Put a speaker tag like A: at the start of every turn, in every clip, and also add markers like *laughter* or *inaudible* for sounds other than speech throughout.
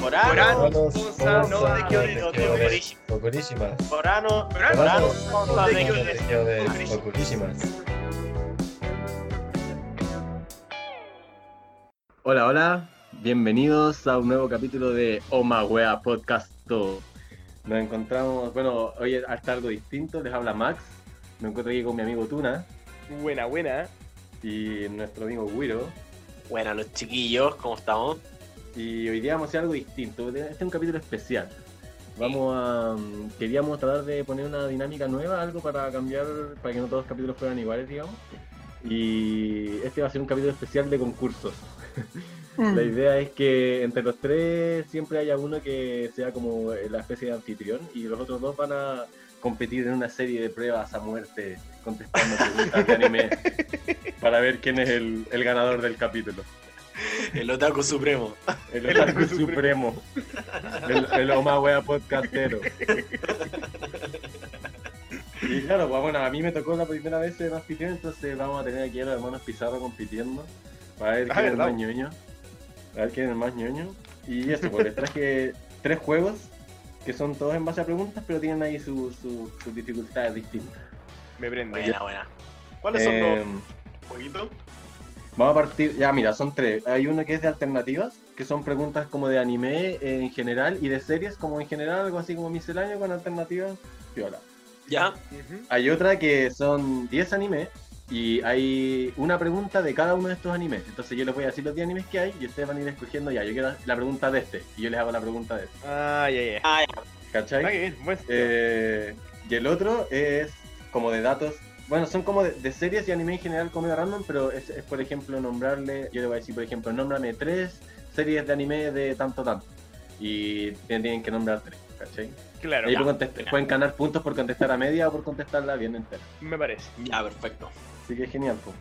A: Morano,
B: Moranos,
A: Monza,
B: Monza,
A: no, Reggio de Otto,
B: Regiones, Ocurísimas.
A: Morano,
C: Morano,
A: Morano,
B: Monza,
A: Monza, Reggio de
B: Regiones, Ocurísimas.
D: Hola, hola, bienvenidos a un nuevo capítulo de Oma Wea Podcast. Nos encontramos, bueno, hoy hasta algo distinto, les habla Max, me encuentro aquí con mi amigo Tuna
C: Buena,
A: ¿eh?
C: buena.
D: y nuestro amigo Guiro.
A: Bueno, los chiquillos, ¿cómo estamos?
D: Y hoy día vamos a hacer algo distinto, este es un capítulo especial. Vamos a, mm, queríamos tratar de poner una dinámica nueva, algo para cambiar, para que no todos los capítulos fueran iguales, digamos. Y este va a ser un capítulo especial de concursos. *laughs* La idea es que entre los tres siempre haya uno que sea como la especie de anfitrión y los otros dos van a competir en una serie de pruebas a muerte contestando preguntas de anime para ver quién es el, el ganador del capítulo.
A: El Otaku Supremo.
D: El,
C: El
D: otaku
C: otaku
D: supremo. El, el Oma Wea Podcastero. Y claro, pues bueno, a mí me tocó la primera vez ser anfitrión, entonces vamos a tener aquí a los hermanos Pizarro compitiendo. Para ver
C: Ah,
D: quién es el
C: ¿verdad?
D: más ñoño. A ver quién es el más ñoño. Y eso, pues les traje tres juegos que son todos en base a preguntas, pero tienen ahí su- su- sus dificultades distintas.
C: Me prende.
A: Buena, buena.
C: ¿Cuáles son
D: Eh,
C: los jueguitos?
D: Vamos a partir, ya mira, son tres. Hay uno que es de alternativas, que son preguntas como de anime eh, en general y de series como en general, algo así como misceláneo con alternativas. Piola.
A: ¿Ya?
D: Hay otra que son 10 animes y hay una pregunta de cada uno de estos animes. Entonces yo les voy a decir los 10 animes que hay y ustedes van a ir escogiendo ya. Yo quiero la pregunta de este y yo les hago la pregunta de este.
C: Ah, ya, ya.
A: Ah, ya.
D: ¿Cachai?
C: Ah, qué bien, buen sentido.
D: Eh, y el otro es como de datos. Bueno, son como de, de series y anime en general, comida random, pero es, es, por ejemplo nombrarle, yo le voy a decir por ejemplo, nómbrame tres series de anime de tanto tanto. Y tienen, tienen que nombrar tres, ¿cachai?
C: Claro,
D: Ahí
A: ya,
D: pueden contest-
A: ya.
D: pueden ganar puntos por contestar a media o por contestarla bien entera.
C: me parece.
A: Ya, perfecto.
D: Así que genial, po.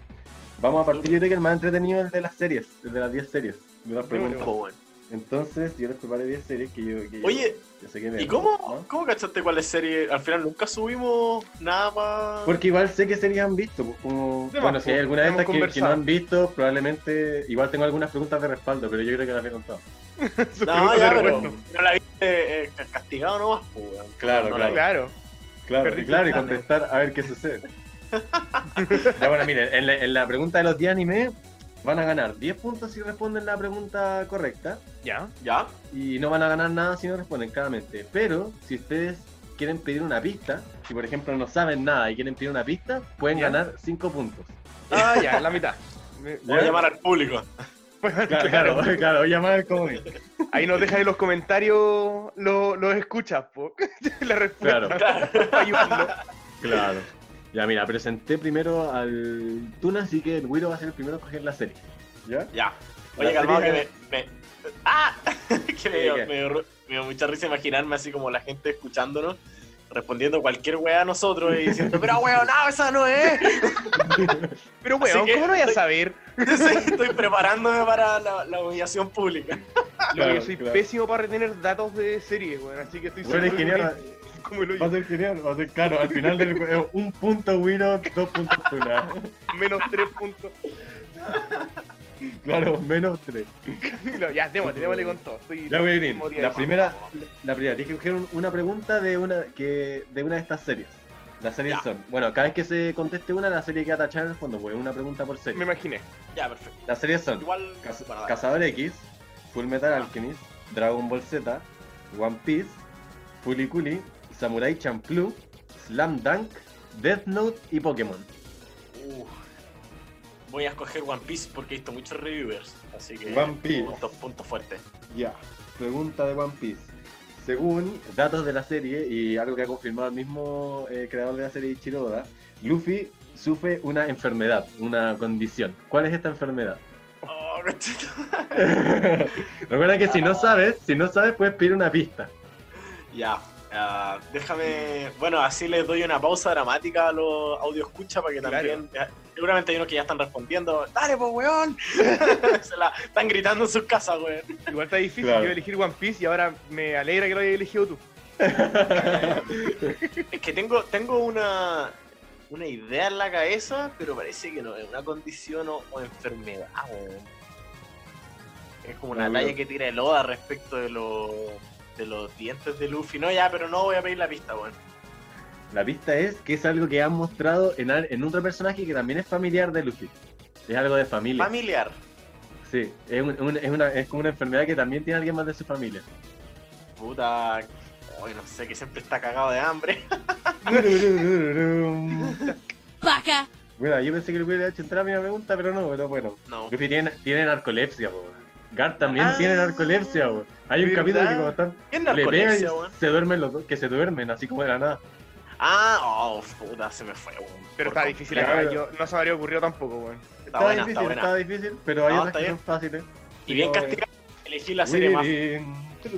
D: Vamos a partir, yo creo que el más entretenido es el de las series, el de las 10 series, de las preguntas.
A: Po, bueno.
D: Entonces, yo les preparé 10 series que yo... que yo-
A: Oye,
D: yo sé que
A: ¿y
D: ven,
A: cómo,
D: ¿no?
A: cómo cachaste cuál es serie? Al final nunca subimos nada más.
D: Porque igual sé que series han visto. pues, como-
C: De
D: bueno,
C: más,
D: si hay
C: pues,
D: alguna de
C: hemos
D: estas que, que no
C: conversado.
D: han visto, probablemente. Igual tengo algunas preguntas de respaldo, pero yo creo que las he contado.
C: Sus
A: No,
C: preguntas
A: ya,
C: de
A: pero
C: repuesto.
A: no la viste eh, castigado nomás, po, weón.
D: Claro,
A: No la
D: claro.
C: Claro.
D: Claro,
C: Perdiste
D: y claro, y
A: el plan.
D: contestar a ver
A: *laughs*
D: qué sucede. ya, bueno, miren, en la, en la pregunta de los 10 anime van a ganar 10 puntos si responden la pregunta correcta.
C: Ya.
A: ¿Ya?
D: y no van a ganar nada si no responden claramente. Pero si ustedes quieren pedir una pista, si por ejemplo no saben nada y quieren pedir una pista, pueden
C: Ya.
D: ganar 5 puntos.
C: Ah, ya, la *laughs* mitad. Me-
A: Voy a llamar al público. *laughs*
D: Claro, claro, claro, llamar como
C: Ahí nos dejan en los comentarios lo- los escuchas, po. *laughs* La respuesta.
D: Claro.
C: Para ayudarlo.
D: Claro. *laughs* Ya mira, presenté primero al Tuna, así que el Wiro va a ser el primero a coger la serie. *laughs* ¿Ya?
A: Ya.
D: La
A: Oye, calmado que
D: serie-
A: me. me- ¡Ah! *laughs* que me dio,
D: ¿Qué?
A: me dio ru- me dio mucha risa imaginarme así como la gente escuchándonos, respondiendo cualquier weá a nosotros y diciendo, pero weón, no, esa no es. *laughs*
C: Pero,
A: Así
C: weón,
A: que-
C: ¿cómo no voy a saber?
A: Entonces, estoy preparándome para la, la humillación pública.
C: Loco,
D: *laughs* Claro,
C: yo soy
D: claro.
C: pésimo para retener datos de series, weón. Así que estoy
D: Bueno, es
C: que
D: genial.
C: me- *laughs* como el hoyo.
D: Va a ser genial, va a ser claro. Al final del juego, un punto Wiro, dos puntos Tuna.
C: *laughs* Menos tres puntos. *laughs*
D: Claro, menos tres.
C: No, ya, démosle, démosle con todo. Estoy-
D: Ya voy a venir.
C: Moría
D: La
C: de-
D: primera, la primera, tienes que coger un- una pregunta de una que de una de estas series. Las series
A: Ya.
D: son. Bueno, cada vez que se conteste una, la serie queda tachada en el fondo, pues una pregunta por
C: Me
D: serie.
C: imaginé.
A: Ya, perfecto.
D: Las series son
A: Igual.
D: Caz-
A: para dar.
D: Cazador X, Full Metal Alchemist, Dragon Ball Z, One Piece, Fuliculi, Samurai Champloo, Slam Dunk, Death Note y Pokémon.
A: Uf. Voy a escoger One Piece porque he visto muchos reviewers. Así que.
D: One Piece.
A: Puntos, puntos fuertes.
D: Ya. Pregunta de One Piece. Según datos de la serie y algo que ha confirmado el mismo eh, creador de la serie Ichiro Oda, Luffy sufre una enfermedad, una condición. ¿Cuál es esta enfermedad? *laughs*
A: Oh, conchito.
D: Recuerda que si no sabes, si no sabes puedes pedir una pista.
A: ya. ah, déjame. Bueno, así les doy una pausa dramática a los audio escucha para que
C: Claro.
A: también. ah, Seguramente hay unos que ya están respondiendo. ¡Dale, pues, weón! Se la están gritando en sus casas, weón.
C: *laughs* Igual está difícil
D: Claro.
C: yo elegir One Piece y ahora me alegra que lo hayas elegido tú.
A: Es que tengo, tengo una, una idea en la cabeza, pero parece que no es una condición o, o enfermedad, weón. Es como una
D: Seguro.
A: talla que tira el Oda respecto de, lo- de los dientes de Luffy. No, ya, pero no voy a pedir la pista, weón.
D: La pista es que es algo que han mostrado en, al- en otro personaje que también es familiar de Luffy. Es algo de familia.
A: Familiar.
D: Sí, es, un- un- es una, es como una enfermedad que también tiene alguien más de su
A: *laughs*
D: familia.
A: Puta. Uy, no sé, que siempre está cagado de hambre. *laughs*
D: bueno,
E: Vaca,
D: yo pensé que le hubiera hecho entrar a mi pregunta, pero no, pero bueno.
A: No.
D: Luffy tiene, tiene narcolepsia, po. Gar también
A: Ah,
D: tiene narcolepsia, po. Hay un
A: ¿verdad?
D: capítulo que como están,
A: ¿Quién
D: le pegan
A: narcolepsia, weón?
D: y se duermen los dos, que se duermen así como de la nada.
A: Ah, oh, puta, se me fue, weón.
C: Pero
A: Por
C: está
A: com-
C: difícil
D: claro.
C: acá, yo no se me habría ocurrido tampoco, weón.
A: Está buena, está
D: difícil,
A: buena.
D: está difícil, pero hay
A: No,
D: otras
A: está
D: que
A: bien.
D: son fáciles.
A: Y bien
D: Pero-
A: castigado, elegí la serie más.
D: Sí,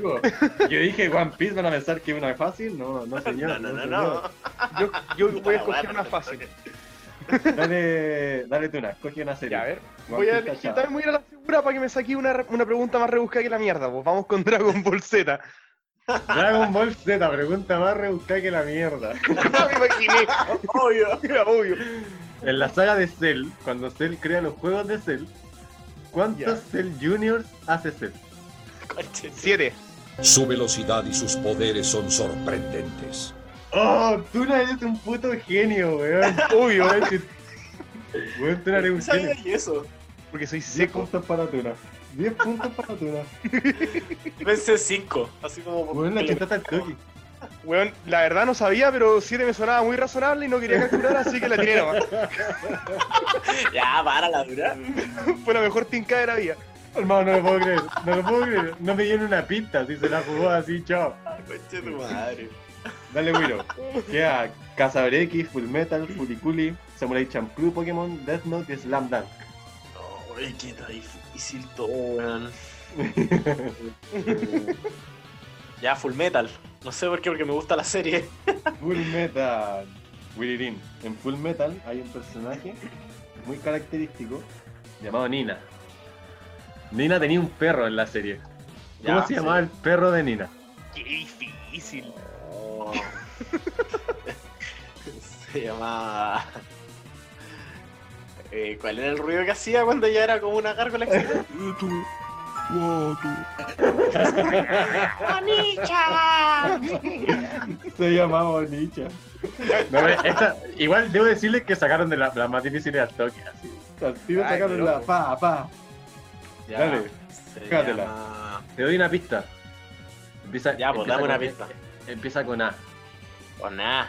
D: po. Yo dije One Piece van a pensar que una es fácil, no, *laughs* no
A: No,
D: señor.
A: no, no,
D: señor.
A: no.
C: Yo,
A: *laughs*
C: yo
A: Puta
C: voy a
A: la weá,
C: escoger una
A: perfecto,
C: fácil.
A: ok.
D: Dale, dale tú una, escoge una serie.
C: Ya, a ver.
D: One
C: Voy a,
D: Piece,
C: elegir-
D: chao.
C: también voy a ir a la segura para que me saque una, re- una pregunta más rebuscada que la mierda, pues vamos con *laughs* Dragon Ball Z.
D: Dragon Ball Z, pregunta más rebuscada que la mierda.
C: *laughs* me imaginé, *laughs*
A: Obvio.
C: era obvio.
D: En la saga de Cell, cuando Cell crea los juegos de Cell, ¿cuántos Cell Juniors hace Cell?
A: Conche,
C: Siete.
F: Su velocidad y sus poderes son sorprendentes.
D: ¡Oh! Tuna eres un puto
C: *laughs*
D: genio, weón.
C: Obvio,
D: Weón, que- Weón, Tuna
A: ¿Qué
D: eres un
A: sabía
D: genio.
A: yo eso?
C: porque soy
D: 10
C: seco.
D: puntos para Tuna. 10 puntos para Tuna.
A: Pensé cinco. Así como.
D: Weón, la chutaste al toque.
C: Weón, la verdad no sabía, pero siete me sonaba muy razonable y no quería calcular, así que la tiré nomás. *laughs*
A: Ya, para la dura.
C: Fue la mejor tinca de la vida.
D: Hermano, no lo puedo creer. No lo puedo creer. No me dieron una pista, si se la jugó así, chao.
A: Conche tu madre.
D: Dale, Wiro. Queda Casabrequi, Full Metal, Furikuli, Samurai Champloo, Pokémon, Death Note y Slam Dunk.
A: No, wey, que está difícil todo,
C: *laughs*
A: weón. Ya, Full Metal. No sé por qué, porque me gusta la serie.
D: Full Metal. Wiririn. En Full Metal hay un personaje muy característico llamado Nina. Nina tenía un perro en la serie. ¿Cómo
A: Ya,
D: se llamaba el perro de Nina?
C: Qué difícil.
A: Oh. *laughs* se llamaba. Eh, ¿Cuál era el ruido que hacía cuando ya era como una gárgola? extraña?
D: Se llamaba Nicha. No, pero esta- igual debo decirles que sacaron de la, la más difícil de al toque. Así, Al tiro
C: Ay,
D: sacaron
C: pero-
D: la pa, pa.
A: Ya,
D: Dale,
A: se
D: játela.
A: llama-
D: Te doy una pista. Empieza,
A: Ya, pues,
D: empieza
A: dame una
D: con-
A: pista.
D: Empieza con A.
A: O nada.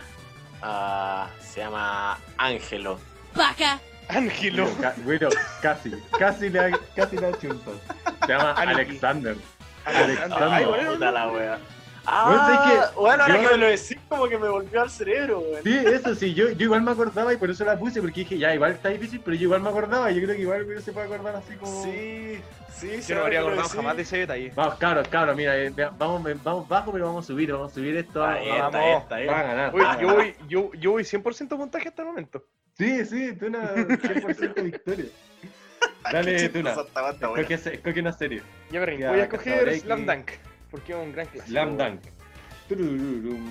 A: Ah, se llama Ángelo.
E: vaca,
C: Ángelo.
D: Bueno, ca- bueno, casi, casi le, ha- casi le ha chuntado. Se llama
C: Aniki.
D: Alexander.
C: Ay,
D: Alexander.
C: bueno,
A: Puta la wea.
D: Bueno,
A: Ah,
D: ¿sabes qué?
A: bueno, ahora
D: Yo-
A: que me lo decís, como que me volvió al cerebro, weón.
D: Sí, eso sí, yo, yo igual me acordaba y por eso la puse, porque dije, ya, igual está difícil, pero yo igual me acordaba. Yo creo que igual uno se puede acordar así como.
A: Sí, sí, sí.
C: Yo no
A: ahora
C: me habría
A: que lo
C: acordado
A: decís.
C: jamás de ese detalle.
D: Vamos, cabros, cabros, mira, eh, vea, vamos, eh, vamos bajo, pero vamos a subir, vamos a subir esto.
A: Está
D: a-
A: bien, está
D: vamos,
A: bien, está bien.
D: va a ganar.
C: Oye,
D: va a
C: yo
D: ganar.
C: voy, yo, yo voy 100% puntaje hasta el momento.
D: Sí, sí, Tuna, 100% victoria. Dale,
A: Qué
D: Tuna.
A: chistosa esta banda, weón.
D: Escoge, escoge una serie.
C: Ya me rindo.
D: Ya,
C: Voy a escoger
D: Katoreki.
C: Slam Dunk. Porque es un gran clásico.
D: Slam Dunk. Turururum.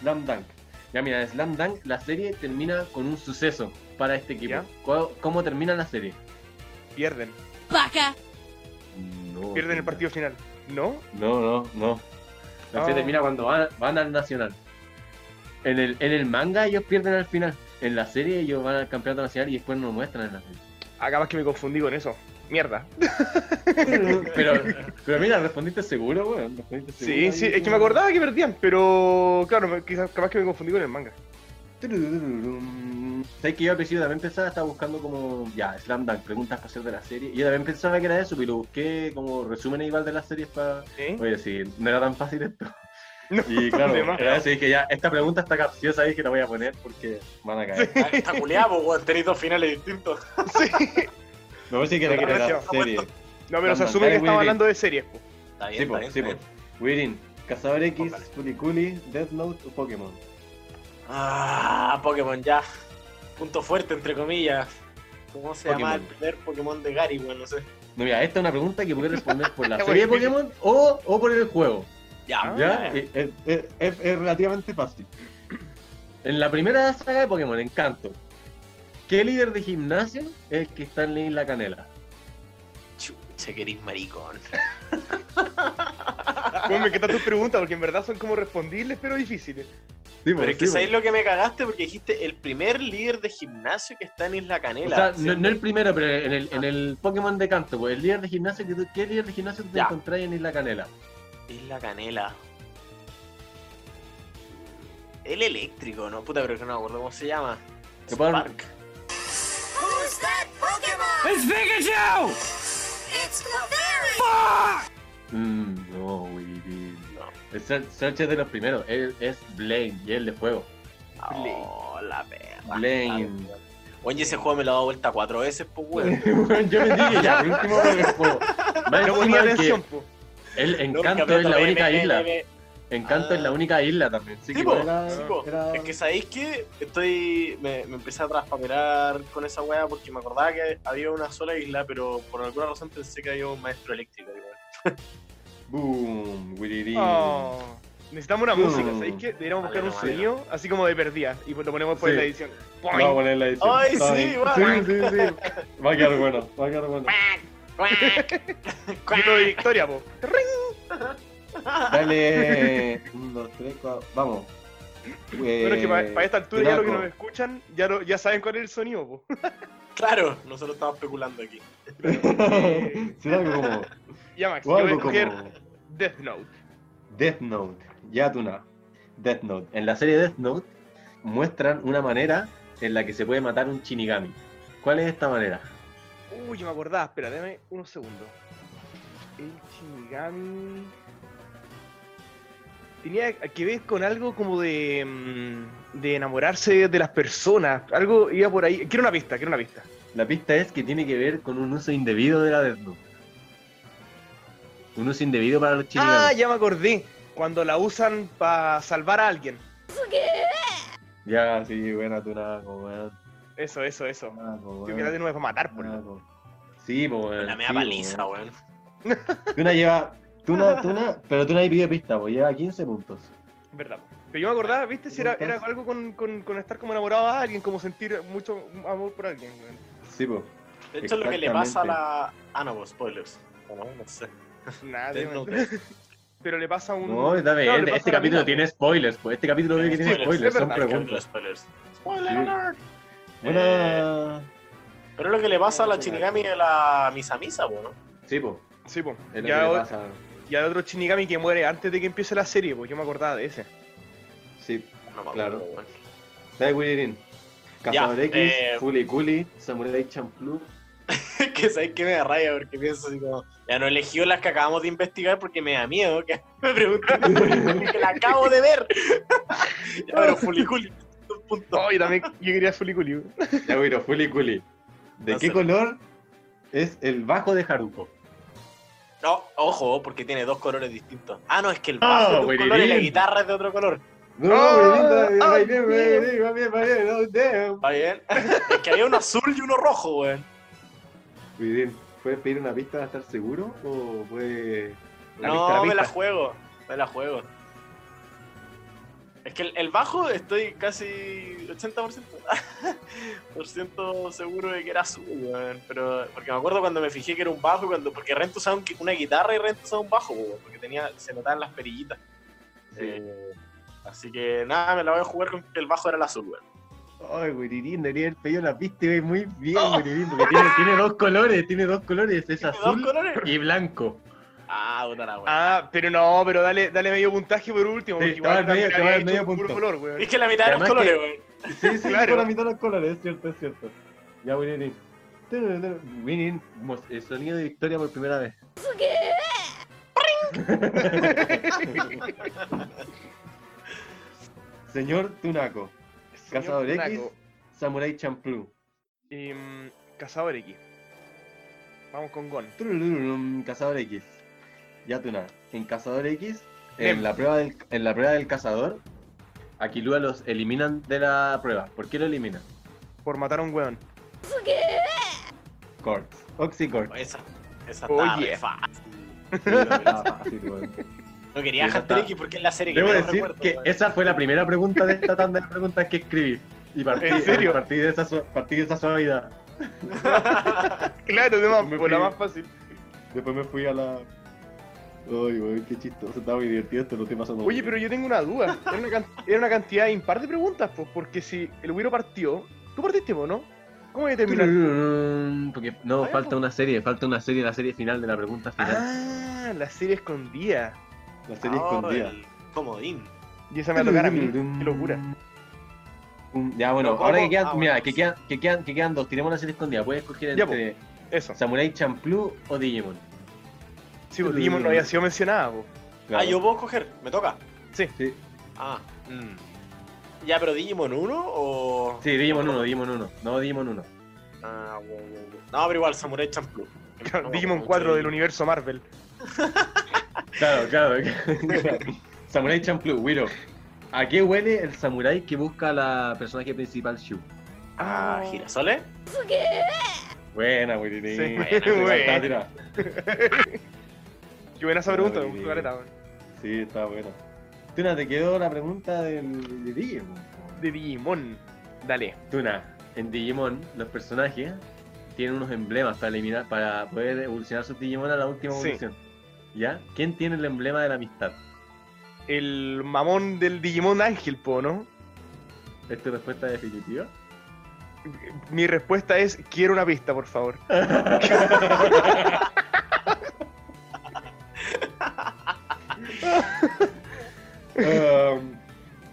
D: Slam Dunk. Ya mira, Slam Dunk, la serie termina con un suceso para este equipo.
C: ¿Ya?
D: ¿Cómo, cómo termina la serie?
C: Pierden.
E: vaca,
D: No,
C: Pierden el partido final. ¿No?
D: No, no, no. La serie
C: Ah.
D: termina cuando van, van al Nacional. En el, en el manga ellos pierden al final. En la serie ellos van al campeonato nacional y después nos muestran en la serie. *laughs*
C: Acabas que me confundí con eso. Mierda.
D: Pero, pero mira, respondiste seguro, weón. respondiste
C: Sí,
D: seguro
C: sí,
D: ahí,
C: es que me
D: weón.
C: acordaba que perdían, pero claro, me- quizás capaz que me confundí con el manga.
D: Tururururum. Sabes que yo al principio también pensaba, estaba buscando como, ya, Slam Dunk, preguntas para hacer de la serie. Y yo también pensaba que era eso, pero busqué como resúmenes igual de las series para...
C: ¿Sí?
D: Oye, sí, no era tan fácil esto.
C: *laughs* No,
D: y
C: de
D: claro,
C: más.
D: era eso, y dije, ya, esta pregunta está capciosa, dije, la voy a poner porque van a caer.
A: Ah, Está culiado, pues, weón. Tenéis dos finales distintos.
D: *laughs* Me parece que era que era la
C: Gracias.
D: serie.
C: No, pero se
D: Slam
C: asume
D: Dunk,
C: que estaba
D: Willy.
C: hablando de series.
D: *laughs*
C: po.
A: Está bien,
D: Sí,
A: está
D: po,
A: bien,
D: sí,
A: está
D: po.
A: bien.
D: Wirin, Cazador X,
A: Póngale.
D: Furikuli, Death Note o Pokémon.
A: Ah, Pokémon ya. Punto fuerte, entre comillas. ¿Cómo se llama el
D: Pokémon.
A: primer Pokémon de Gary, weón? No sé.
D: No, mira, esta es una pregunta que puedes responder
C: *laughs*
D: por la
C: Bueno,
D: serie de
C: mire.
D: Pokémon o, o por el juego.
A: Ya,
D: ¿Ya?
A: ya.
D: Eh, eh, eh, Es, es relativamente fácil. En la primera saga de Pokémon, Encanto, ¿qué líder de gimnasio es el que está en la isla Canela?
A: sé que eres maricón.
C: Bueno, me encantan tus preguntas porque en verdad son como respondibles pero difíciles.
D: Sí,
A: Pero
D: pues,
A: es que
D: sí, pues.
A: sabéis lo que me cagaste porque dijiste el primer líder de gimnasio que está en Isla
D: O
A: Canela.
D: sea, no,
A: ¿cierto?
D: no el primero, pero en el, en el Pokémon de canto, pues, el líder de gimnasio, que tú- ¿qué líder de gimnasio tú te
A: Ya.
D: encontrás en Isla Canela?
A: Isla Canela. El eléctrico, ¿no? Puta, pero que no me acuerdo cómo se llama.
D: Que puedan-
A: Spark.
D: Mm, no, Willy.
A: No.
D: El Search Search es de los primeros, él es Blaine y él de fuego. *laughs*
A: Oh, la perra.
D: Blaine.
A: Oye, ese juego me lo ha dado vuelta cuatro veces, pues, weón.
D: Bueno, Yo me dije ya, por último por
A: *laughs*
D: el juego. Más
C: No
D: encima
C: ponía
D: que
C: atención, po.
D: El
A: No,
D: encanto
A: porque
D: es la
A: me- me-
D: única
A: me-
D: isla.
A: me-
D: Encanto
A: Ah.
D: es la única isla también. Sí,
A: Sí,
D: que
A: po.
D: era-
A: Sí, po.
D: Ah,
B: Era-
A: Es que sabéis que estoy. Me, me empecé a traspapelar con esa weá porque me acordaba que había una sola isla, pero por alguna razón pensé que había un maestro eléctrico. digo.
D: Boom, Wiriri.
C: Oh. Necesitamos una
D: Mm.
C: música, ¿sabéis qué? Deberíamos buscar un
A: Vale, vale.
C: sonido así como de perdida y pues lo ponemos después
D: Sí.
C: en la edición.
D: Vamos a poner la edición.
A: Ay, sí,
D: Está bien.
A: va.
D: sí, sí, sí. Va a quedar bueno, va a quedar bueno.
C: Grito de victoria, po.
D: Dale. Un, dos, tres, cuatro. Vamos.
C: Bueno, es que
D: Eh,
C: para esta altura ya lo que
D: Draco.
C: nos escuchan ya, lo- ya saben cuál es el sonido, po. *laughs*
A: Claro, nosotros estamos especulando aquí.
D: *laughs* Será algo como.
C: Ya, Max,
D: O
C: yo voy a
D: algo
C: escoger
D: como.
C: Death Note.
D: Death Note, Yatuna, Death Note. En la serie Death Note muestran una manera en la que se puede matar un Shinigami. ¿Cuál es esta manera?
C: Uy, yo me acordaba, espera, dame unos segundos. El Shinigami. Tenía que ver con algo como de. mm, de enamorarse de las personas. Algo iba por ahí. Quiero una pista, quiero una pista.
D: La pista es que tiene que ver con un uso indebido de la Death Note. Un uso indebido para los Shinigami.
C: Ah, ya me acordé. Cuando la usan para salvar a alguien.
D: ya. sí, buena Tuna, como buena
C: Eso, eso, eso.
D: Tuna, como
C: Yo que la de
D: buena
C: nuevo es para matar, por
D: Tuna, como- Sí, pues.
A: La media paliza, weón.
D: Tuna lleva. Tuna,
C: *laughs*
D: Tuna, pero Tuna ahí pide pista, pues lleva 15 puntos.
C: ¿Verdad? po. Pero yo me acordaba, viste, si era, era algo con, con- con estar como enamorado de alguien, como sentir mucho amor por alguien.
D: *laughs*
C: weón.
D: Sí, pues.
A: De hecho, lo que le pasa a
D: Exactamente.
A: la. Ah, no, pues, spoilers. No, no sé.
C: Nada,
A: Death
C: weón.
A: Note.
C: Pero le pasa un.
D: No, está bien,
C: Claro, le pasa
D: este
C: la
D: capítulo
C: mitad,
D: tiene spoilers, pues. Este capítulo obvio que tiene
A: Spoilers,
D: spoilers,
C: es
D: son
C: verdad,
A: Capítulo
D: preguntas.
A: spoilers.
D: Sí.
A: Spoiler alert.
D: Buena.
A: Pero lo que le pasa a la Shinigami es la Misa Misa, po, ¿no?
D: Sí, po.
C: Sí, po.
D: Es lo
C: Ya
D: que
C: o-
D: le pasa.
C: Y al otro Shinigami que muere antes de que empiece la serie, pues yo me acordaba de ese.
D: Sí.
A: No me
D: Claro.
A: acuerdo, *laughs* weón.
D: Dai Wiririn. Cazador
A: Ya,
D: X,
A: eh,
D: Fuli Culi, Samurai Champloo.
A: que sabes que me da raya porque pienso así como, ya no eligió las que acabamos de investigar porque me da miedo que *laughs* me pregunten que la acabo de *laughs* ver. ya, pero fuliculi, un punto.
C: No, yo también yo quería Fuliculi.
D: *laughs* Ya, güiro, Fuli Culi. ¿De
A: No
D: qué
A: sé.
D: color es el bajo de Haruko?
A: No, ojo, porque tiene dos colores distintos. Ah, no, es que el bajo
D: Ah,
A: es de un
D: buenísimo.
A: color y la guitarra es de otro color.
D: No,
C: Ah,
D: Wiririn,
C: ah,
D: va bien, va
C: bien.
D: bien, va bien, va bien, no, damn.
A: ¿Está bien? *laughs* es que había uno azul y uno rojo, weón.
D: Wiririn, ¿puedes pedir una pista para estar seguro? ¿O puede.? La
A: No,
D: pista, la
A: me la
D: pista.
A: juego, me la juego. Es que el, el bajo estoy casi 80% *laughs* por ciento seguro de que era azul, weón. Pero porque me acuerdo cuando me fijé que era un bajo, y cuando porque Rent usaba un- una guitarra y Rent usaba un bajo, weón, porque tenía, se notaban las perillitas. Eh, así que nada, me la voy a jugar con que el bajo era el azul, weón.
D: Ay, Wiririn, debería haber pedido la pista y vais muy bien, Wiririn, porque tiene, tiene dos colores, tiene dos colores, es
A: ¡Oh! ¿Tiene ¿Dos
D: azul
A: colores?
D: y blanco.
A: Ah, puta la weón.
C: Ah, pero no, pero dale, dale medio puntaje por último,
D: Sí,
C: porque
D: te
C: igual
D: va a dar medio-
C: también
D: te va a dar
C: había hecho
D: medio
C: un puro
D: punto.
C: color, weón.
A: es que la mitad de los
D: Además
A: colores,
D: que-
A: weón.
D: Sí, sí,
C: Claro.
D: por la mitad de los colores, es cierto, es cierto. Ya, Wiririn. Tru, tru, Wiririn, mos- el sonido de victoria por primera vez. *laughs* Señor Tunaco,
C: Señor
D: Cazador X,
C: Naco.
D: Samurai Champloo.
C: Y, mm, Cazador X. Vamos con Gon.
D: Trurururum, Cazador X. Yatuna. En Cazador X,
C: Nem.
D: en la, prueba del, en la prueba del cazador, a Kilua los eliminan de la prueba. ¿Por qué lo eliminan?
C: Por matar a un weón.
D: Corts. Oxycorts.
A: Esa, esa
C: Oh,
A: estaba re
C: yeah.
D: *laughs*
A: fácil.
D: Ah, Sí, lo estaba fácil, weón.
A: No quería
D: Esa
A: Hunter
D: está-
A: X porque es la serie que
D: Debo
A: menos
D: decir
A: recuerdo,
D: que
A: weón.
D: esa fue la primera pregunta de esta tanda de preguntas que escribí. Y partí,
C: ¿En serio?
D: partí de, esa, su- partí de esa suavidad.
C: Claro, de más,
D: Me
C: por la
D: fui.
C: más fácil.
D: Después me fui a la. Ay, weón, qué chistoso. Estaba muy divertido esto, lo estoy pasando.
C: Oye,
D: muy
C: pero
D: bien.
C: yo tengo una duda. Era una, can- era una cantidad impar de preguntas, pues, porque si el Wiro partió, tú partiste, po, ¿no? ¿Cómo voy a terminar?
D: Tururururun, Mm, Porque no,
C: Ah,
D: falta
C: pues.
D: una serie, falta una serie, la serie final de la pregunta final.
C: Ah, la serie escondida.
D: la serie
A: Ah,
D: escondida.
A: el comodín.
C: Y esa me va a tocar a mí. Qué locura.
D: Mm, Ya, bueno,
A: ¿Pero
D: ahora
A: cómo?
D: que quedan,
A: Ah,
D: mira,
A: bueno.
D: que quedan, que quedan, que quedan dos, tenemos la serie escondida. Puedes escoger
C: Ya,
D: entre
C: Eso.
A: pues.
D: Samurai Champloo o Digimon.
C: Sí, pues, Digimon no había sido mencionada, po.
A: Ah, yo puedo coger, me toca.
D: Sí,
A: Ah, mm. Ya, pero Digimon 1 o.
D: sí Digimon 1, Digimon 1. No, Digimon 1.
A: Ah, bueno, bueno, bueno. No, pero igual, Samurai
D: *laughs*
A: Champloo. *laughs* No,
C: *laughs* Digimon
A: mucho
C: 4 del
A: Digimon.
C: universo Marvel.
D: Claro, claro. claro. *laughs* Samurai Champloo, Wiro. ¿A qué huele el samurái que busca a la personaje principal, Shu?
A: Ah, girasoles.
D: Buena, Wirirín.
C: Sí,
D: *laughs* Te faltaba
C: buena.
D: tirar.
C: Qué buena esa pregunta,
D: Ay,
C: po, caleta, weón.
D: Sí, está bueno. Tuna, te quedó la pregunta del, de Digimon. po.
C: De Digimon. Dale.
D: Tuna, en Digimon, los personajes tienen unos emblemas para eliminar, para poder evolucionar sus Digimon a la última
C: Sí.
D: evolución. ¿Ya? ¿Quién tiene el emblema de la amistad?
C: El mamón del Digimon Ángel, po, ¿no?
D: ¿Es tu respuesta definitiva?
C: Mi respuesta es: quiero una pista, por favor. *laughs*
D: Um,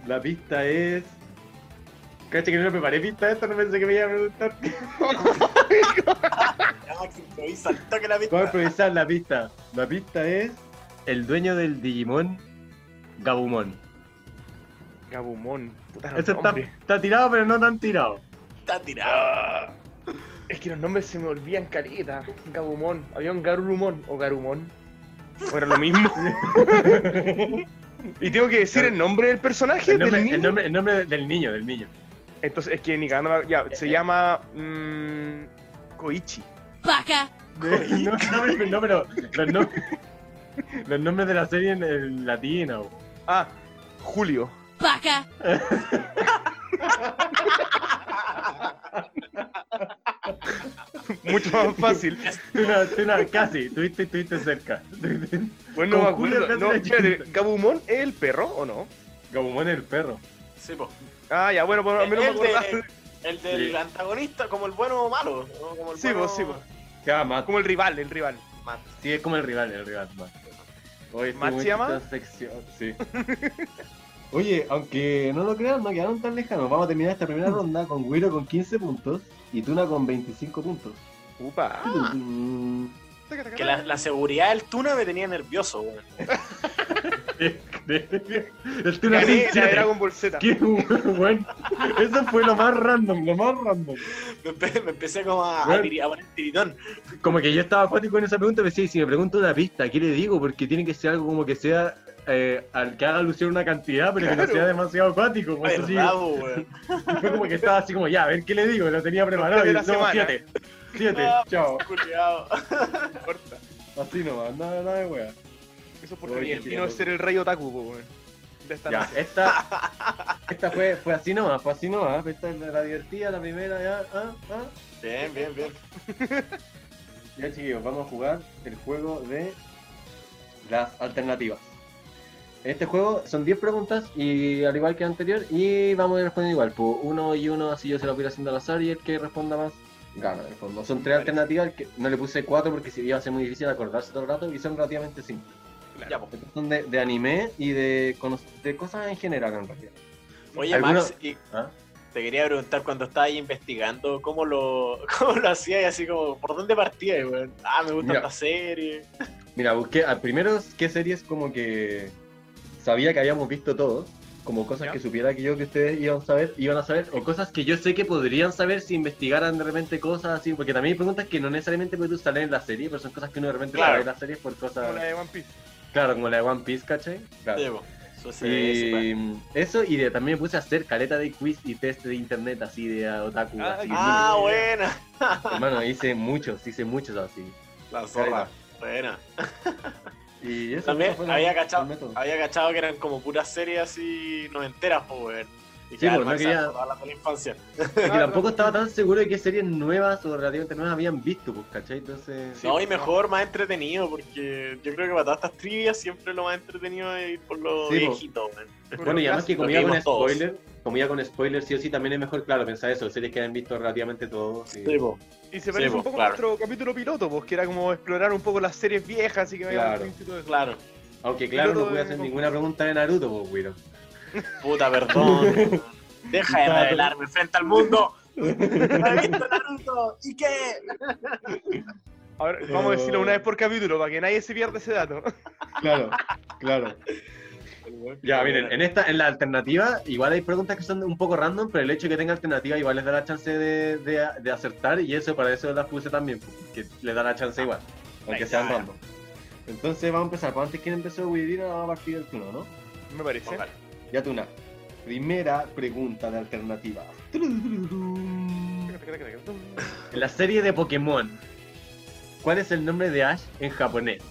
D: la pista es. Cacha que no me preparé pista esta, no pensé que me iba a preguntar.
A: Ah, que improvisa al toque la
D: Voy a
A: pista.
D: improvisar la pista. La pista es. El dueño del Digimon, Gabumon.
C: Gabumon. Puta, los
D: Ese está,
C: nombres.
D: está tirado, pero no tan tirado.
A: Está tirado.
C: Es que los nombres se me olvidan caleta. Gabumon. Había un Garurumon o Garumon. Bueno, lo
D: *laughs*
C: mismo. *laughs* y tengo que decir el nombre del personaje.
D: El nombre,
C: del niño.
D: el nombre- el nombre del niño, del niño.
C: Entonces, es que ni cagando me- ya,
D: Eh,
C: se llama. mm, Koichi.
E: vaca,
D: *laughs* No, no, no, pero los, nom- los nombres de la serie en, en latino. bo.
C: Ah, Julio.
E: vaca,
C: Mucho
D: *laughs*
C: más fácil.
D: Tuna, tuna, casi, tuviste, estuviste cerca. *laughs*
C: Bueno, no me
D: Con Julio
C: acuerdo. No,
D: Castro.
C: espérate, ¿Gabumon es el perro o no?
D: Gabumon el perro.
A: Sí, po.
C: Ah, ya, bueno, por lo menos me
A: El,
C: acordaba.
A: de- el del
D: Sí.
A: antagonista, como el bueno o malo. ¿no? Como el
C: Sí, po,
A: bueno...
C: sí, po.
D: Ya, Matt.
C: Como el rival, el rival.
A: Mat.
D: Sí, es como el rival, el rival, Matt. Oye, estuvo
C: ¿Matt
D: muy
C: se llama?
D: chistosa sección, Sí. *laughs* Oye, aunque no lo crean, no quedaron tan lejanos. Vamos a terminar esta primera ronda con Wiro con 15 puntos y Tuna con 25 puntos.
C: Upa.
D: Mm,
A: Que la, la seguridad del Tuna me tenía nervioso, weón. *laughs*
D: *laughs* el Tuna
C: Gané la
D: sin
C: de
D: siete.
C: Dragon Ball Z.
D: *laughs* Qué bueno. Eso fue lo más random, lo más random.
A: Me, empe- me empecé como a, a
D: Weón.
A: tiri- a poner tiritón.
D: Como que yo estaba acuático en esa pregunta, pero sí, si me pregunto una pista, ¿qué le digo? Porque tiene que ser algo como que sea eh, al que haga alusión a una cantidad, pero que
C: Claro.
D: no sea demasiado acuático. pues, Por eso sí,
A: ¿Verdad, po, weón?
D: fue como que estaba así como, ya, a ver qué le digo, lo tenía preparado.
C: de
D: Y
C: la
D: no,
C: semana.
D: siete. Siete,
A: No,
D: chao.
A: Culeado.
D: Así nomás, nada, nada de wea.
C: Eso es
D: Oye,
C: porque el vino
D: mira,
C: es ser el rey otaku, po, weón. De esta
D: Ya,
C: noche.
D: esta, esta fue, fue así nomás, fue así nomás. Esta es la, la divertida, la primera, ya, ah, ah.
A: Bien, bien, bien.
D: Ya chiquillos, vamos a jugar el juego de las alternativas. En este juego son 10 preguntas y al igual que el anterior y vamos a ir respondiendo igual, pues uno y uno así yo se lo voy a ir haciendo al azar y el que responda más gana en el fondo. Son tres alternativas, el que no le puse cuatro porque si iba a ser muy difícil acordarse todo el rato y son relativamente simples.
A: Ya, po.
D: Estas Son de, de anime y de, cono- de cosas en general en realidad.
A: Oye,
D: ¿Alguno-
A: Max, y
D: ¿Ah?
A: te quería preguntar cuando estabas ahí investigando, ¿cómo lo, *laughs* cómo lo hacías? Y así como, ¿por dónde partías, weón? Ah, me gusta
D: Mira.
A: esta serie.
D: Mira, busqué a, primero qué series como que sabía que habíamos visto todos, como cosas
C: Ya.
D: que supiera que yo que ustedes iban a saber, iban a saber, o cosas que yo sé que podrían saber si investigaran de repente cosas así, porque también hay preguntas que no necesariamente pueden salir en la serie, pero son cosas que uno de repente
A: Claro.
D: sabe en la serie por cosas,
C: Como la de One Piece.
D: *laughs* claro, como la de One Piece, ¿cachai? Claro.
A: Sí, pues. po. Eso se- se puede.
D: Y eso, y de- también me puse a hacer caleta de quiz y test de internet así de ah, otaku.
C: Ah,
D: así,
A: Ah,
C: sí.
A: buena.
D: Hermano, hice muchos, hice muchos así.
A: La zorra.
D: Caleta.
A: Buena.
D: Y eso
A: También
D: eso fue la-
A: había
D: el
A: cachado,
D: método.
A: había cachado que eran como puras series así no enteras, po, weón. Y
D: Sí,
A: quedar
D: porque no
A: marcado
D: quería-
A: toda la, toda la infancia.
D: que tampoco estaba tan seguro de qué series nuevas o relativamente nuevas habían visto, pues, ¿cachai? Entonces.
A: no, y mejor, más entretenido, porque yo creo que para todas estas trivias siempre lo más entretenido es ir por lo
D: Sí, po.
A: viejito, weón.
D: Bueno, y además que
A: Lo
D: comía
A: que
D: con
A: vimos todos.
D: spoiler, comía con spoiler sí o sí también es mejor, claro, pensar eso, series que han visto relativamente todos. sí.
A: Sí, po.
C: Y se parece
A: Sí,
C: un
A: pues,
C: poco a
A: claro.
C: nuestro capítulo piloto, pues, que era como explorar un poco las series viejas y que vayan
D: Claro.
C: al principio de-
A: claro.
D: Aunque claro,
C: Pero
D: no pude
C: todo
D: hacer
C: es-
D: ninguna pregunta de Naruto, pues, Wiro.
A: Puta,
D: *laughs*
A: perdón. Deja de
D: Claro.
A: revelarme frente al
D: *laughs*
A: mundo. ¿No he visto Naruto? ¿Y qué?
C: Ahora, vamos a decirlo
D: Eh.
C: una vez por capítulo para que nadie se pierda ese dato. *laughs*
D: Claro, claro. Ya, miren, en esta, en la alternativa, igual hay preguntas que son un poco random, pero el hecho de que tenga alternativa igual les da la chance de, de- de acertar y eso para eso las puse también, que les da la chance igual, aunque
A: Ahí
D: sean
A: está.
D: random. Ah, Entonces vamos a empezar, pues antes quién empezó Widino, vamos a partir del turno, ¿no?
C: Me parece.
A: Ojalá.
D: Ya tú una. Primera pregunta de alternativa. En la serie de Pokémon, ¿cuál es el nombre de Ash en japonés?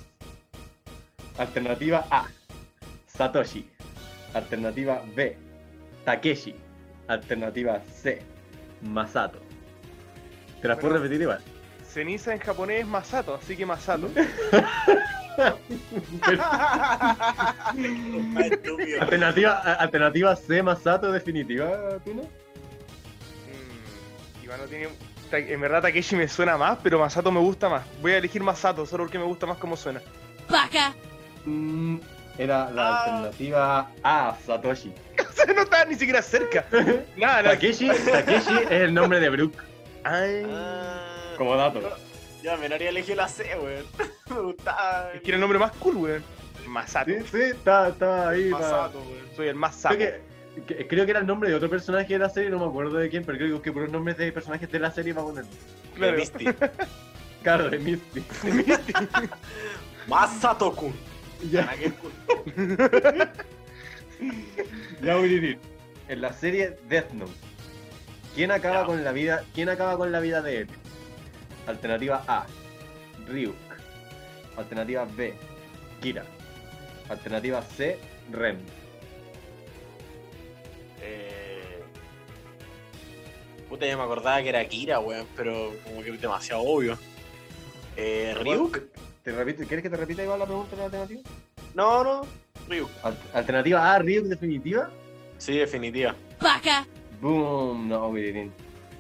D: Alternativa A, Satoshi. Alternativa B, Takeshi. Alternativa C, Masato. ¿Te las puedo
C: Bueno.
D: repetir igual?
C: Ceniza en japonés es Masato, así que Masato.
A: Más estúpido.
D: alternativa, a- alternativa C, Masato, definitiva, Pino.
C: Mm, Iván no tiene. Ta- En verdad Takeshi me suena más, pero Masato me gusta más. Voy a elegir Masato solo porque me gusta más cómo suena. *laughs*
E: vaca,
D: Mm, Era la
A: Ah.
D: alternativa A, Satoshi.
C: no estaba ni siquiera
D: *laughs*
C: cerca. Nada, nada.
D: Takeshi, Takeshi es el nombre de Brook.
A: Ah,
D: Como dato.
A: Ya, menor había elegido la C, weón. *laughs* Me gustaba.
C: Es que era el nombre más cool, weón. Masato.
D: Sí, sí, está, está ahí. va.
A: Masato, weón.
C: Soy el más sapo.
D: Creo que, que- creo que era el nombre de otro personaje de la serie, no me acuerdo de quién, pero creo que por los nombres de personajes de la serie va a poner.
C: Claro.
A: De Misty.
D: Claro, de Misty.
A: Masato-kun.
D: *laughs* ya,
A: Kanake-kun.
D: ya voy a ir. En la serie Death Note, ¿quién acaba
A: Ya.
D: con la vida? ¿Quién acaba con la vida de él? Alternativa A, Ryuk. Alternativa B, Kira. Alternativa C, Ren.
A: Eh, Puta, yo me acordaba que era Kira, weón, pero como que demasiado obvio. Eh, ¿Ryuk?
D: ¿Te repito, ¿Quieres que te repita igual la pregunta de la alternativa?
A: No, no, Ryuk.
D: Al- Alternativa A, Ryuk definitiva.
A: Sí, definitiva.
E: vaca,
D: Boom, no, Guirín.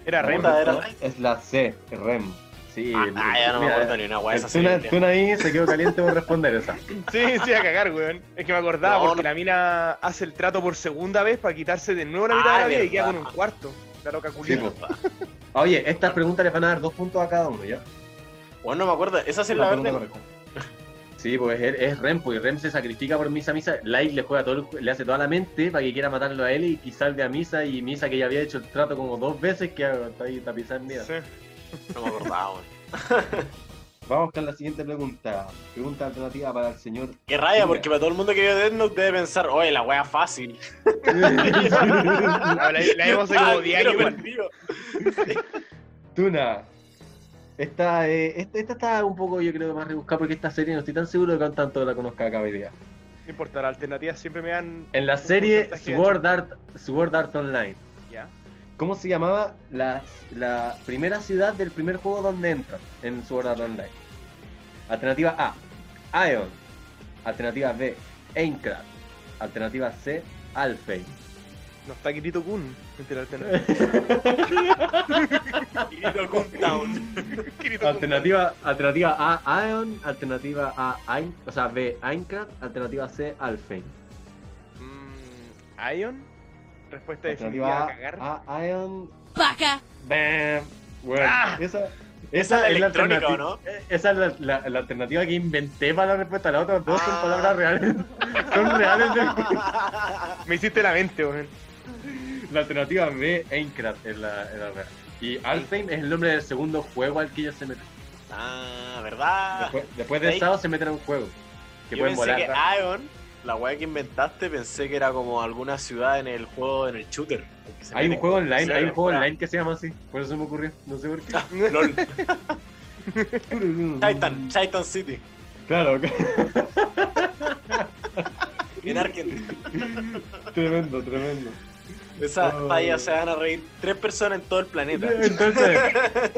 C: Era
D: La
C: Rem.
A: puta,
D: respuesta
A: era-
D: Es la C, REM. Sí,
A: Ah, ah, ya no me
D: mira,
A: acuerdo ni una weá
D: el
A: de esa
D: Tuna,
A: serie.
D: Tuna ahí se quedó caliente por
A: *laughs*
D: responder esa.
C: Sí, sí, a cagar, weón. Es que me acordaba
A: No,
C: porque
A: no.
C: la mina hace el trato por segunda vez para quitarse de nuevo la mitad
A: Ah,
C: de la vida y
A: verdad.
C: queda con un cuarto. La loca
D: Sí,
C: culina.
D: po. Oye, estas preguntas les van a dar dos puntos a cada uno, ¿ya?
A: Weón, no me acuerdo. Esa es la
D: pregunta
A: verde.
D: correcta. Sí, pues es, es Rem, porque Rem se sacrifica por Misa Misa. Light le juega todo, el ju- le hace toda la mente para que quiera matarlo a él y que salve a Misa. Y Misa, que ya había hecho el trato como dos veces, que está ahí tapizada en miedo.
C: Sí. *laughs*
A: No me acordaba, weón.
D: Vamos con la siguiente pregunta. Pregunta alternativa para el *laughs* señor.
A: Qué raya, porque para todo el mundo que vio Death Note debe pensar, oye, la weá fácil.
C: La, la, la vimos hace como 10
A: Ah, Pero
C: años, igual.
A: perdido.
D: Tuna. Esta, eh, esta, esta está un poco, yo creo, más rebuscada porque esta serie no estoy tan seguro de que tanto la conozca acá hoy día.
C: No importa, las alternativas siempre me dan.
D: En la
C: un
D: serie
C: porcentaje de
D: Sword Art, Sword Art Online,
C: chance. Ya.
D: ¿cómo se llamaba la, la primera ciudad del primer juego donde entran en Sword Art Online? Alternativa A, Ion. Alternativa B, Aincrad. Alternativa C, Alfheim.
C: No está Kirito Kun entre la alternativa.
A: Kirito Countdown.
C: Kirito Kun.
D: Alternativa, alternativa A, Ion. Alternativa A, Ain, o sea, B, Aincrad. Alternativa C, Alfheim.
C: Mm, Ion. Respuesta definitiva a
D: Alternativa
C: cagar.
D: A, a Ion.
E: vaca,
D: Bam. Bueno,
C: Ah.
D: esa,
A: Esa es la electrónica,
D: alternativa-
A: ¿o no?
D: eh, Esa es la, la- la alternativa que inventé para la respuesta. Las otras dos son
A: Ah.
D: palabras reales. *laughs* son reales. de-
C: Me hiciste la mente, weón.
D: La alternativa B, Aincrad, es la, es la real. Y Alfheim es el nombre del segundo juego al que ellos se meten.
A: Ah, ¿verdad?
D: Después, después de
A: Ahí-
D: Sao se meten a un juego. Que
A: Yo
D: pueden
A: pensé
D: volar.
A: que Ion, la weá que inventaste, pensé que era como alguna ciudad en el juego, en el shooter. en que se
D: Hay un
A: meten
D: juego
A: con-
D: online,
A: sí,
D: hay un
A: pero
D: juego
A: fuera.
D: online que se llama así. Por eso me ocurrió. No sé
A: *laughs*
D: por qué. *laughs*
A: LOL. Titan, Titan City.
D: Claro, ok. *laughs*
A: En Arkansas.
D: tremendo, tremendo.
A: De esa
D: Oh.
A: falla se van a reír tres personas en todo el
D: *laughs*
A: planeta. *laughs*
D: Entonces,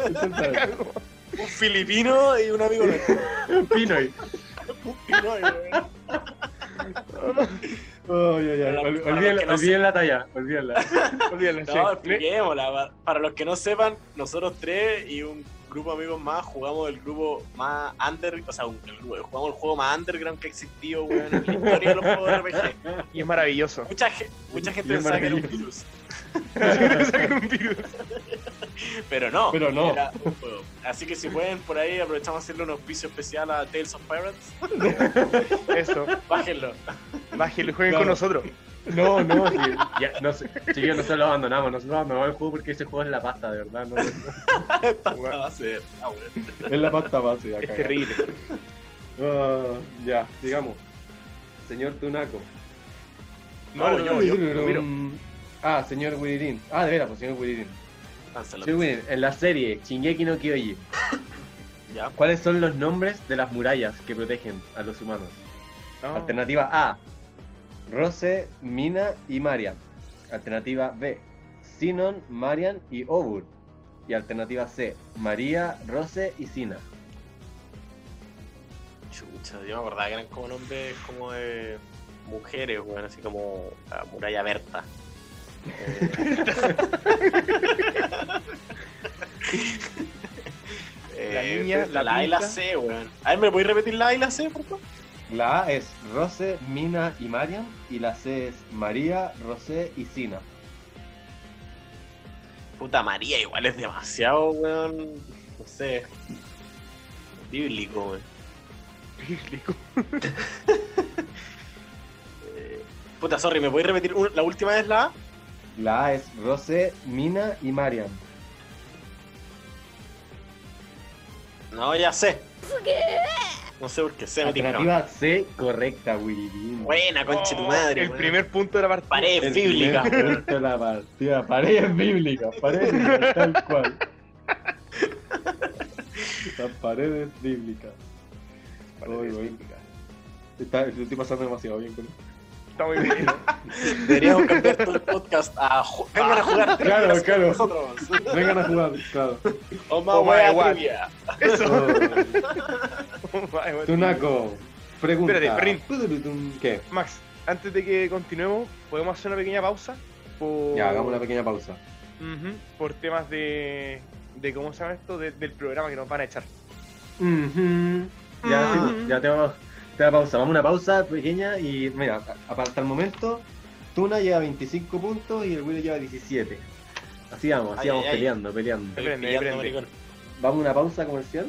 D: entonces,
A: Un filipino y un amigo nuestro.
D: Pinoy.
A: Un pinoy, weón.
D: Oh, ya, ya.
A: Para
D: Ol-
A: los que
D: Olvídenla,
A: no
D: olvídenla talla, olvídenla. Olvídenla, sí.
A: No,
D: Le-
A: expliquémosla. pa- Para los que no sepan, nosotros tres y un grupo de amigos más jugamos el grupo más under, o sea, un- el grupo- jugamos el juego más underground que ha existido, weón, en la historia de los juegos de RPG.
C: Y
A: *laughs*
C: es maravilloso. *laughs*
A: Mucha, ge- mucha gente
D: Bien
A: pensaba que era un
D: maravilloso.
A: virus,
C: Sacar un virus.
A: pero no.
D: Pero no.
A: era un juego. Así que si pueden, por ahí aprovechamos a hacerle un auspicio especial a Tales of Pirates.
C: Eso.
A: Bájenlo. *laughs*
C: Bájenlo y jueguen
D: Claro.
C: con nosotros.
D: *laughs* No, no, sí, ya, no sé. Chiquillos, nosotros lo abandonamos, nosotros abandonamos el juego porque ese juego es la pasta, de verdad. no- no-
A: Ah, va a ser. Ah, weón.
D: es la pasta base,
C: Es terrible.
D: Ah, ya, digamos. Señor Tunaco.
C: No, no, yo, yo, yo miro.
D: Ah, señor Wiririn. Ah, de veras, pues señor Wiririn.
A: Cancela.
D: Señor Wiririn, en la serie Shingeki no Kyoji,
A: Ya.
D: ¿cuáles son los nombres de las murallas que protegen a los humanos?
C: No.
D: Alternativa A. Rose, Mina y Marian. Alternativa B. Sinon, Marian y Obur. Y alternativa C. María, Rose y Sina.
A: Chucha, yo me acordaba que eran como nombres como de mujeres, weón, así como la muralla Berta. Eh,
C: *laughs* La
A: Eh,
C: niña,
A: puta,
C: la
A: la A y la
C: pinta.
A: C, weón. A ver, ¿me podéis repetir la A y la C, por favor?
D: La A es Rose, Mina y Marian. Y la C es María, Rosé y Sina.
A: Puta María, igual es demasiado, weón. No sé. Bíblico, weón.
C: Bíblico.
A: *laughs* Eh, puta, sorry, ¿me podéis repetir un- la última vez la A?
D: La A es Rose, Mina y Marian.
A: No, ya sé. No sé por qué sé, me tinca.
D: Alternativa C correcta, Willy.
A: Buena, conche tu madre.
C: El
A: weón.
C: primer punto de la partida.
A: Pared
D: El
A: bíblica.
D: primer punto de la partida. Paredes bíblicas, paredes tal cual. Las paredes bíblicas. Uy, uy. Está- lo estoy pasando demasiado bien con
C: Está muy bien.
A: Deberíamos cambiar todo el podcast a ju- vengan a jugar.
D: *laughs* Claro,
A: Vengan a
D: claro.
A: nosotros.
D: Vengan a jugar, *laughs* claro.
A: O más
C: Oh,
A: wea
C: my God.
A: trivia.
C: Eso.
D: Oh,
C: Tunaco.
D: Tunaco, pregunta.
C: Espérate, Rin.
D: Tudurutum, ¿Qué?
C: Max, antes de que continuemos, podemos hacer una pequeña pausa. Por...
D: Ya, hagamos una pequeña pausa.
C: Ujú, por temas de, de cómo se llama esto, De- del programa que nos van a echar.
D: Ya, sí, pues, ya te vamos. Te da pausa, vamos a una pausa pequeña y mira, a- hasta el momento Tuna lleva 25 puntos y el Willy lleva 17. Así vamos,
A: Ay,
D: así vamos
A: ay, ay.
D: peleando, peleando.
A: Estoy
C: Prende,
A: pillando,
C: prende.
A: maricón.
D: Vamos a una pausa comercial.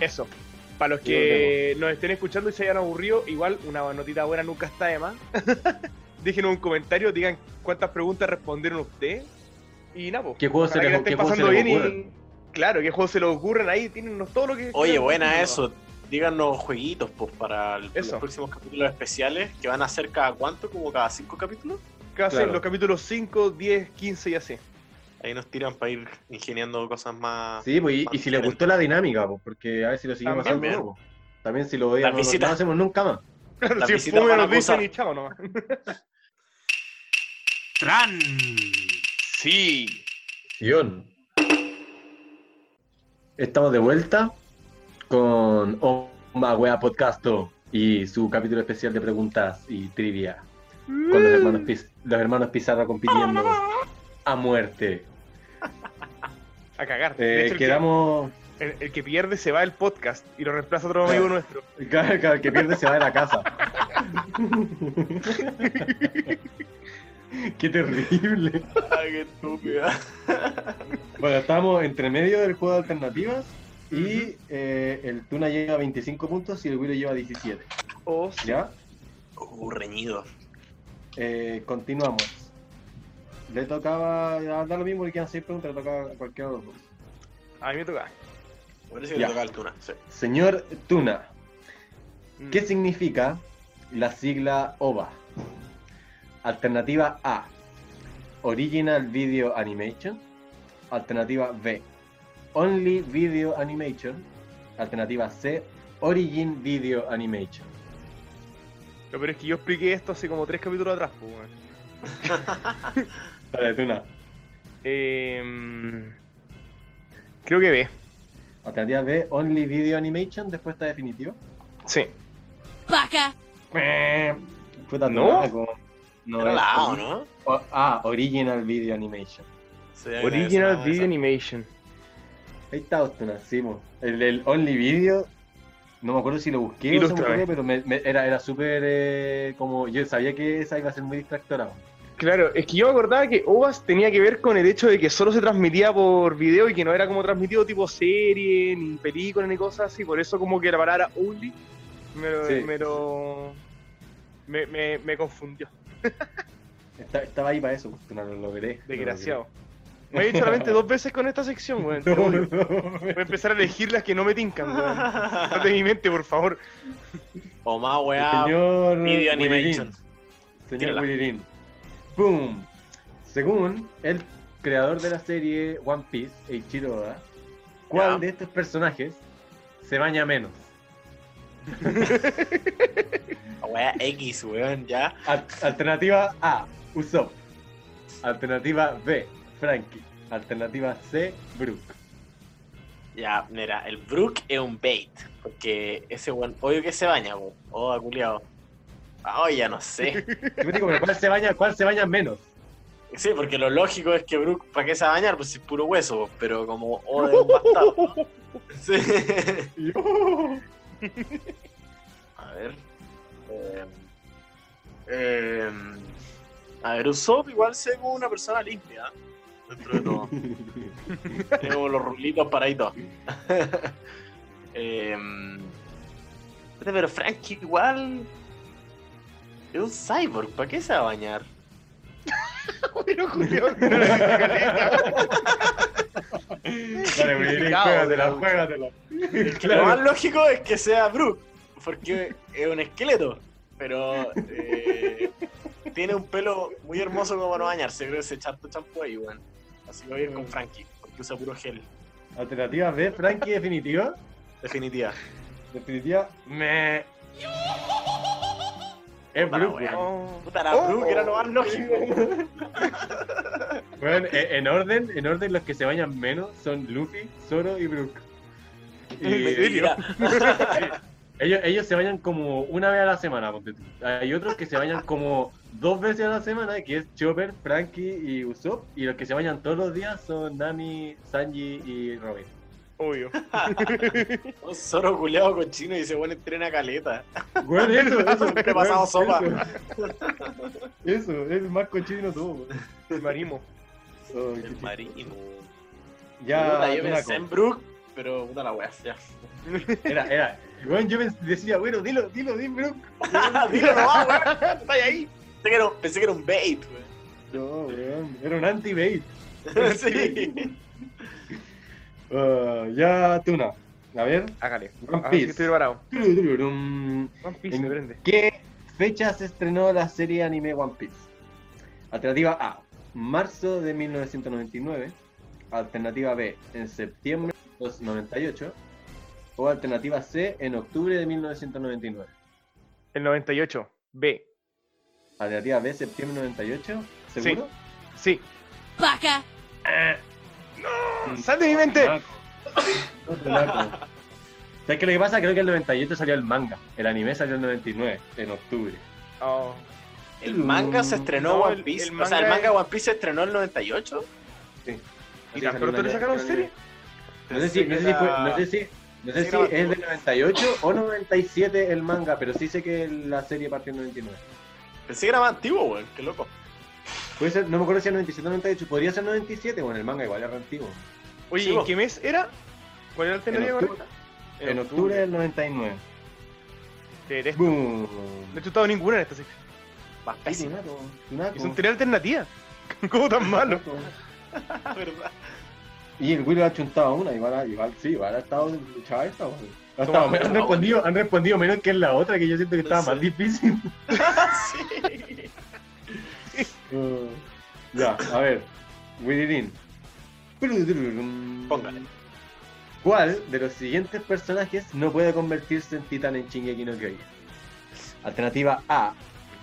C: Eso. Para los
D: Y
C: que nos estén escuchando y se hayan aburrido, igual una notita buena nunca está de más. *laughs* Déjenos un comentario, digan cuántas preguntas respondieron ustedes. Y nada, pues.
D: ¿Qué juego se
C: ojalá que la
D: les,
C: estén
D: qué juego se
C: pasando
D: les
C: bien
D: ocurre?
C: y. Claro, qué juegos se les ocurren ahí, tienen todo lo que.
A: Oye,
C: quieran.
A: buena eso. Díganos jueguitos pues, para el-
C: Eso.
A: los próximos capítulos especiales que van a ser cada cuánto, como cada cinco capítulos.
C: Casi
D: Claro.
C: los capítulos 5, 10, 15 y así.
A: Ahí nos tiran para ir ingeniando cosas más.
D: Sí, pues, y, y si les gustó la dinámica, pues, porque a ver si lo seguimos
A: Ah, También,
D: haciendo.
A: bien.
D: pues. También si lo veis,
A: Las
D: no, lo- no
A: visitas.
D: lo hacemos nunca más.
C: Claro,
A: Las
C: si
A: visitas
C: fume
A: van a
C: nos dicen
A: acusar.
C: y chao nomás.
G: Tran.
C: Sí.
D: Estamos de vuelta con Oma Wea Podcasto y su capítulo especial de preguntas y trivia con
C: Mm.
D: los hermanos, Piz- los hermanos Pizarro compitiendo a muerte.
C: A cagar. De
D: Eh,
C: hecho, el que-
D: quedamos. *laughs*
C: El, el que pierde se va del podcast y lo reemplaza otro amigo nuestro.
D: Cada, cada que pierde se va de la casa. *laughs* Qué terrible.
A: Ay, qué estúpida.
D: Bueno, estamos entre medio del juego de alternativas y
C: Ujú.
D: eh, el Tuna lleva 25 puntos y el Willy lleva 17.
C: Oh, sí.
D: ¿Ya?
A: Uh, reñido.
D: Eh, continuamos. Le tocaba, ah, da da lo mismo, le quedan 6 preguntas, le tocaba a cualquiera de los dos.
C: A mí me toca.
A: Parece que
D: Ya.
A: le toca al Tuna. sí.
D: Señor Tuna,
C: Mm.
D: ¿Qué significa la sigla OVA? Alternativa A, Original Video Animation. Alternativa B, Only Video Animation. Alternativa C, Origin Video Animation.
C: Lo peor es que yo expliqué esto hace como tres capítulos atrás, pues, weón.
D: Dale, tú una.
C: Em, creo que B.
D: Alternativa B, Only Video Animation, después está definitivo.
C: Sí.
E: vaca,
D: Puta,
C: ¿No?
D: Drago. No,
A: Era
D: es
A: la A, ¿o
D: ori-
A: ¿no?
D: o- Ah, Original Video Animation.
A: Sí, a mí me
C: Original
A: sonaba *laughs*
C: Video
A: esa.
C: Animation.
D: Ahí está Ostuna, sí, mo. El del Only Video, no me acuerdo si lo busqué o se me
C: Ilústrame.
D: ocurrió, pero me- me- era, era súper eh, como. Yo sabía que esa iba a ser muy distractora. mo.
C: Claro, es que yo me acordaba que OVAS tenía que ver con el hecho de que solo se transmitía por video y que no era como transmitido tipo serie, ni película, ni cosas así. Por eso como que la palabra only me, lo-
D: Sí.
C: me lo... Me, me- me confundió,
D: Esta- estaba ahí para eso, Ostuna, lo logré. lo
C: desgraciado. Me he dicho la mente
D: *laughs*
C: dos veces con esta sección, weón. te
D: logré. *laughs*
C: odio. Voy a empezar a elegir las que no me tincan, weón. Salte de mi mente, por
D: *laughs*
C: favor.
A: o más weá.
D: Señor.
A: Video
D: Willy
A: Animation.
D: Señor
A: Tírala.
D: Willirin. ¡Pum! Según el creador de la serie One Piece, Eiichiro Oda, ¿cuál
A: Ya.
D: de estos personajes se baña menos?
A: La Weá X, weón, ya.
D: Al- alternativa A, Usopp. Alternativa B, Frankie. Alternativa C, Brooke.
A: Ya, mira, el Brook es un bait. Porque ese weón, obvio que se baña, weón. Oh, culiao. Ah, ya no sé.
D: Yo me digo, pero ¿cuál se baña, cuál se baña menos?
A: Sí, porque lo lógico es que Brook, ¿para qué se va a bañar? Pues si es puro hueso, weón, pero como O de un
C: *laughs*
A: bastardo. ¿no? Sí. A ver. Eh, eh, a ver, Usopp igual se ve como una persona limpia. ¿eh? Dentro de todo. Tiene como los rulitos paraditos. eh, pero Frankie igual. Es un cyborg, ¿para qué se va a bañar?
C: Bueno,
D: *laughs*
C: Julio, no la caleta.
D: Dale, Willirin,
C: Complicado,
D: juégatela,
C: weón.
D: juégatela.
C: *laughs*
A: Lo
D: Claro.
A: más lógico es que sea Brook, porque es un esqueleto, pero eh, tiene un pelo muy hermoso como para no bañarse. Creo que se echa harto champú ahí, weón. Así que voy a
C: Mm.
A: ir con Frankie, porque usa puro gel.
D: Alternativa B, Frankie definitiva.
A: Definitiva.
D: Definitiva, me. Es
A: Para,
D: Brooke,
A: weón.
D: weón.
C: Oh.
A: Puta, era Brook, era lo más lógico.
C: *laughs*
D: Bueno, e- en orden, en orden los que se bañan menos son Luffy, Zoro y Brook.
C: ¿En
D: Y
C: serio?
D: ellos, ellos se bañan como una vez a la semana, ponte tú. Hay otros que se bañan como dos veces a la semana, que es Chopper, Frankie y Usopp. Y los que se bañan todos los días son Nami, Sanji y Robin.
C: Obvio.
A: Un zorro culeado cochino y se pone entrena caleta.
D: Bueno, eso, eso.
A: Me he pasado sopa.
D: Eso, eso, es más cochino todo. weón.
C: El marimo.
D: Oh, qué
A: El
D: chistoso.
A: marino.
D: Ya,
A: Puta, yo
D: Tunaco.
A: pensé en Brook, pero puta la weá,
C: *laughs*
A: ya. *laughs*
D: era, era. Bueno, yo pens- decía, bueno, dilo, dilo, dilo, Brook.
A: Dilo nomás, weón.
C: Está ahí.
A: Pensé que era un- Pensé que era un bait,
D: No, weón, era un anti-bait.
A: weón. *laughs* Sí.
D: Ah, ya, Tuna. A ver.
C: Hágale.
D: One
C: A ver si estoy
D: Piece.
C: preparado.
D: Turururum.
C: One Piece,
D: En-
C: me prende.
D: ¿Qué fecha se estrenó la serie anime One Piece? Alternativa A, marzo de 1999. Alternativa B, en septiembre de 1998. O alternativa C, en octubre de 1999.
C: El 98. B.
D: Alternativa B, septiembre 98. ¿Seguro?
C: Sí.
E: vaca,
C: ¡Sal de mi mente!
D: No, *laughs* Tunaco. ¿Sabes qué lo que pasa? Creo que el 98 salió el manga. El anime salió el 99, en octubre.
C: Oh.
A: El manga se estrenó
C: No,
A: One
C: el-
A: Piece.
C: el
A: o sea, el
C: manga
A: manga
C: es-
A: One Piece se estrenó en el 98.
C: ¿Y tan pronto le sacaron serie?
D: No sé si, no sé si fue, no sé si, no sé
A: Sí,
D: si
A: no,
D: es del 98 o 97 el manga, pero sí sé que la serie partió en 99.
A: Pensé que era más antiguo, weón. Qué loco.
D: Puede ser, no me acuerdo si era 97 o 98, podría ser 97, bueno, el manga igual era antiguo.
C: Oye,
A: Sí,
C: ¿en
A: vos.
C: qué mes era? ¿Cuál era el
D: En
C: alternativa
D: octubre,
C: correcta?
D: en octubre del 99.
C: Te detesto.
D: ¡Boom!
C: No he chutado ninguna en esta sección.
A: Más
D: Sí,
A: pésimo.
D: Tunaco, Tunaco,
C: Y son tres alternativas. *laughs* ¿Cómo tan malo?
D: Tunaco.
A: ¿verdad? *laughs*
D: Y el Willy ha chuntado una, igual, igual sí, igual ha estado luchada esta. güey. Ha estado-
A: Toma,
D: han,
A: toma,
D: respondido, han respondido menos que en la otra, que yo siento que estaba
A: Sí.
D: más difícil.
A: sí.
D: Uh, ya, a ver. Wiririn.
A: Póngale.
D: ¿Cuál de los siguientes personajes no puede convertirse en titán en Shingeki no Kyojin? Alternativa A,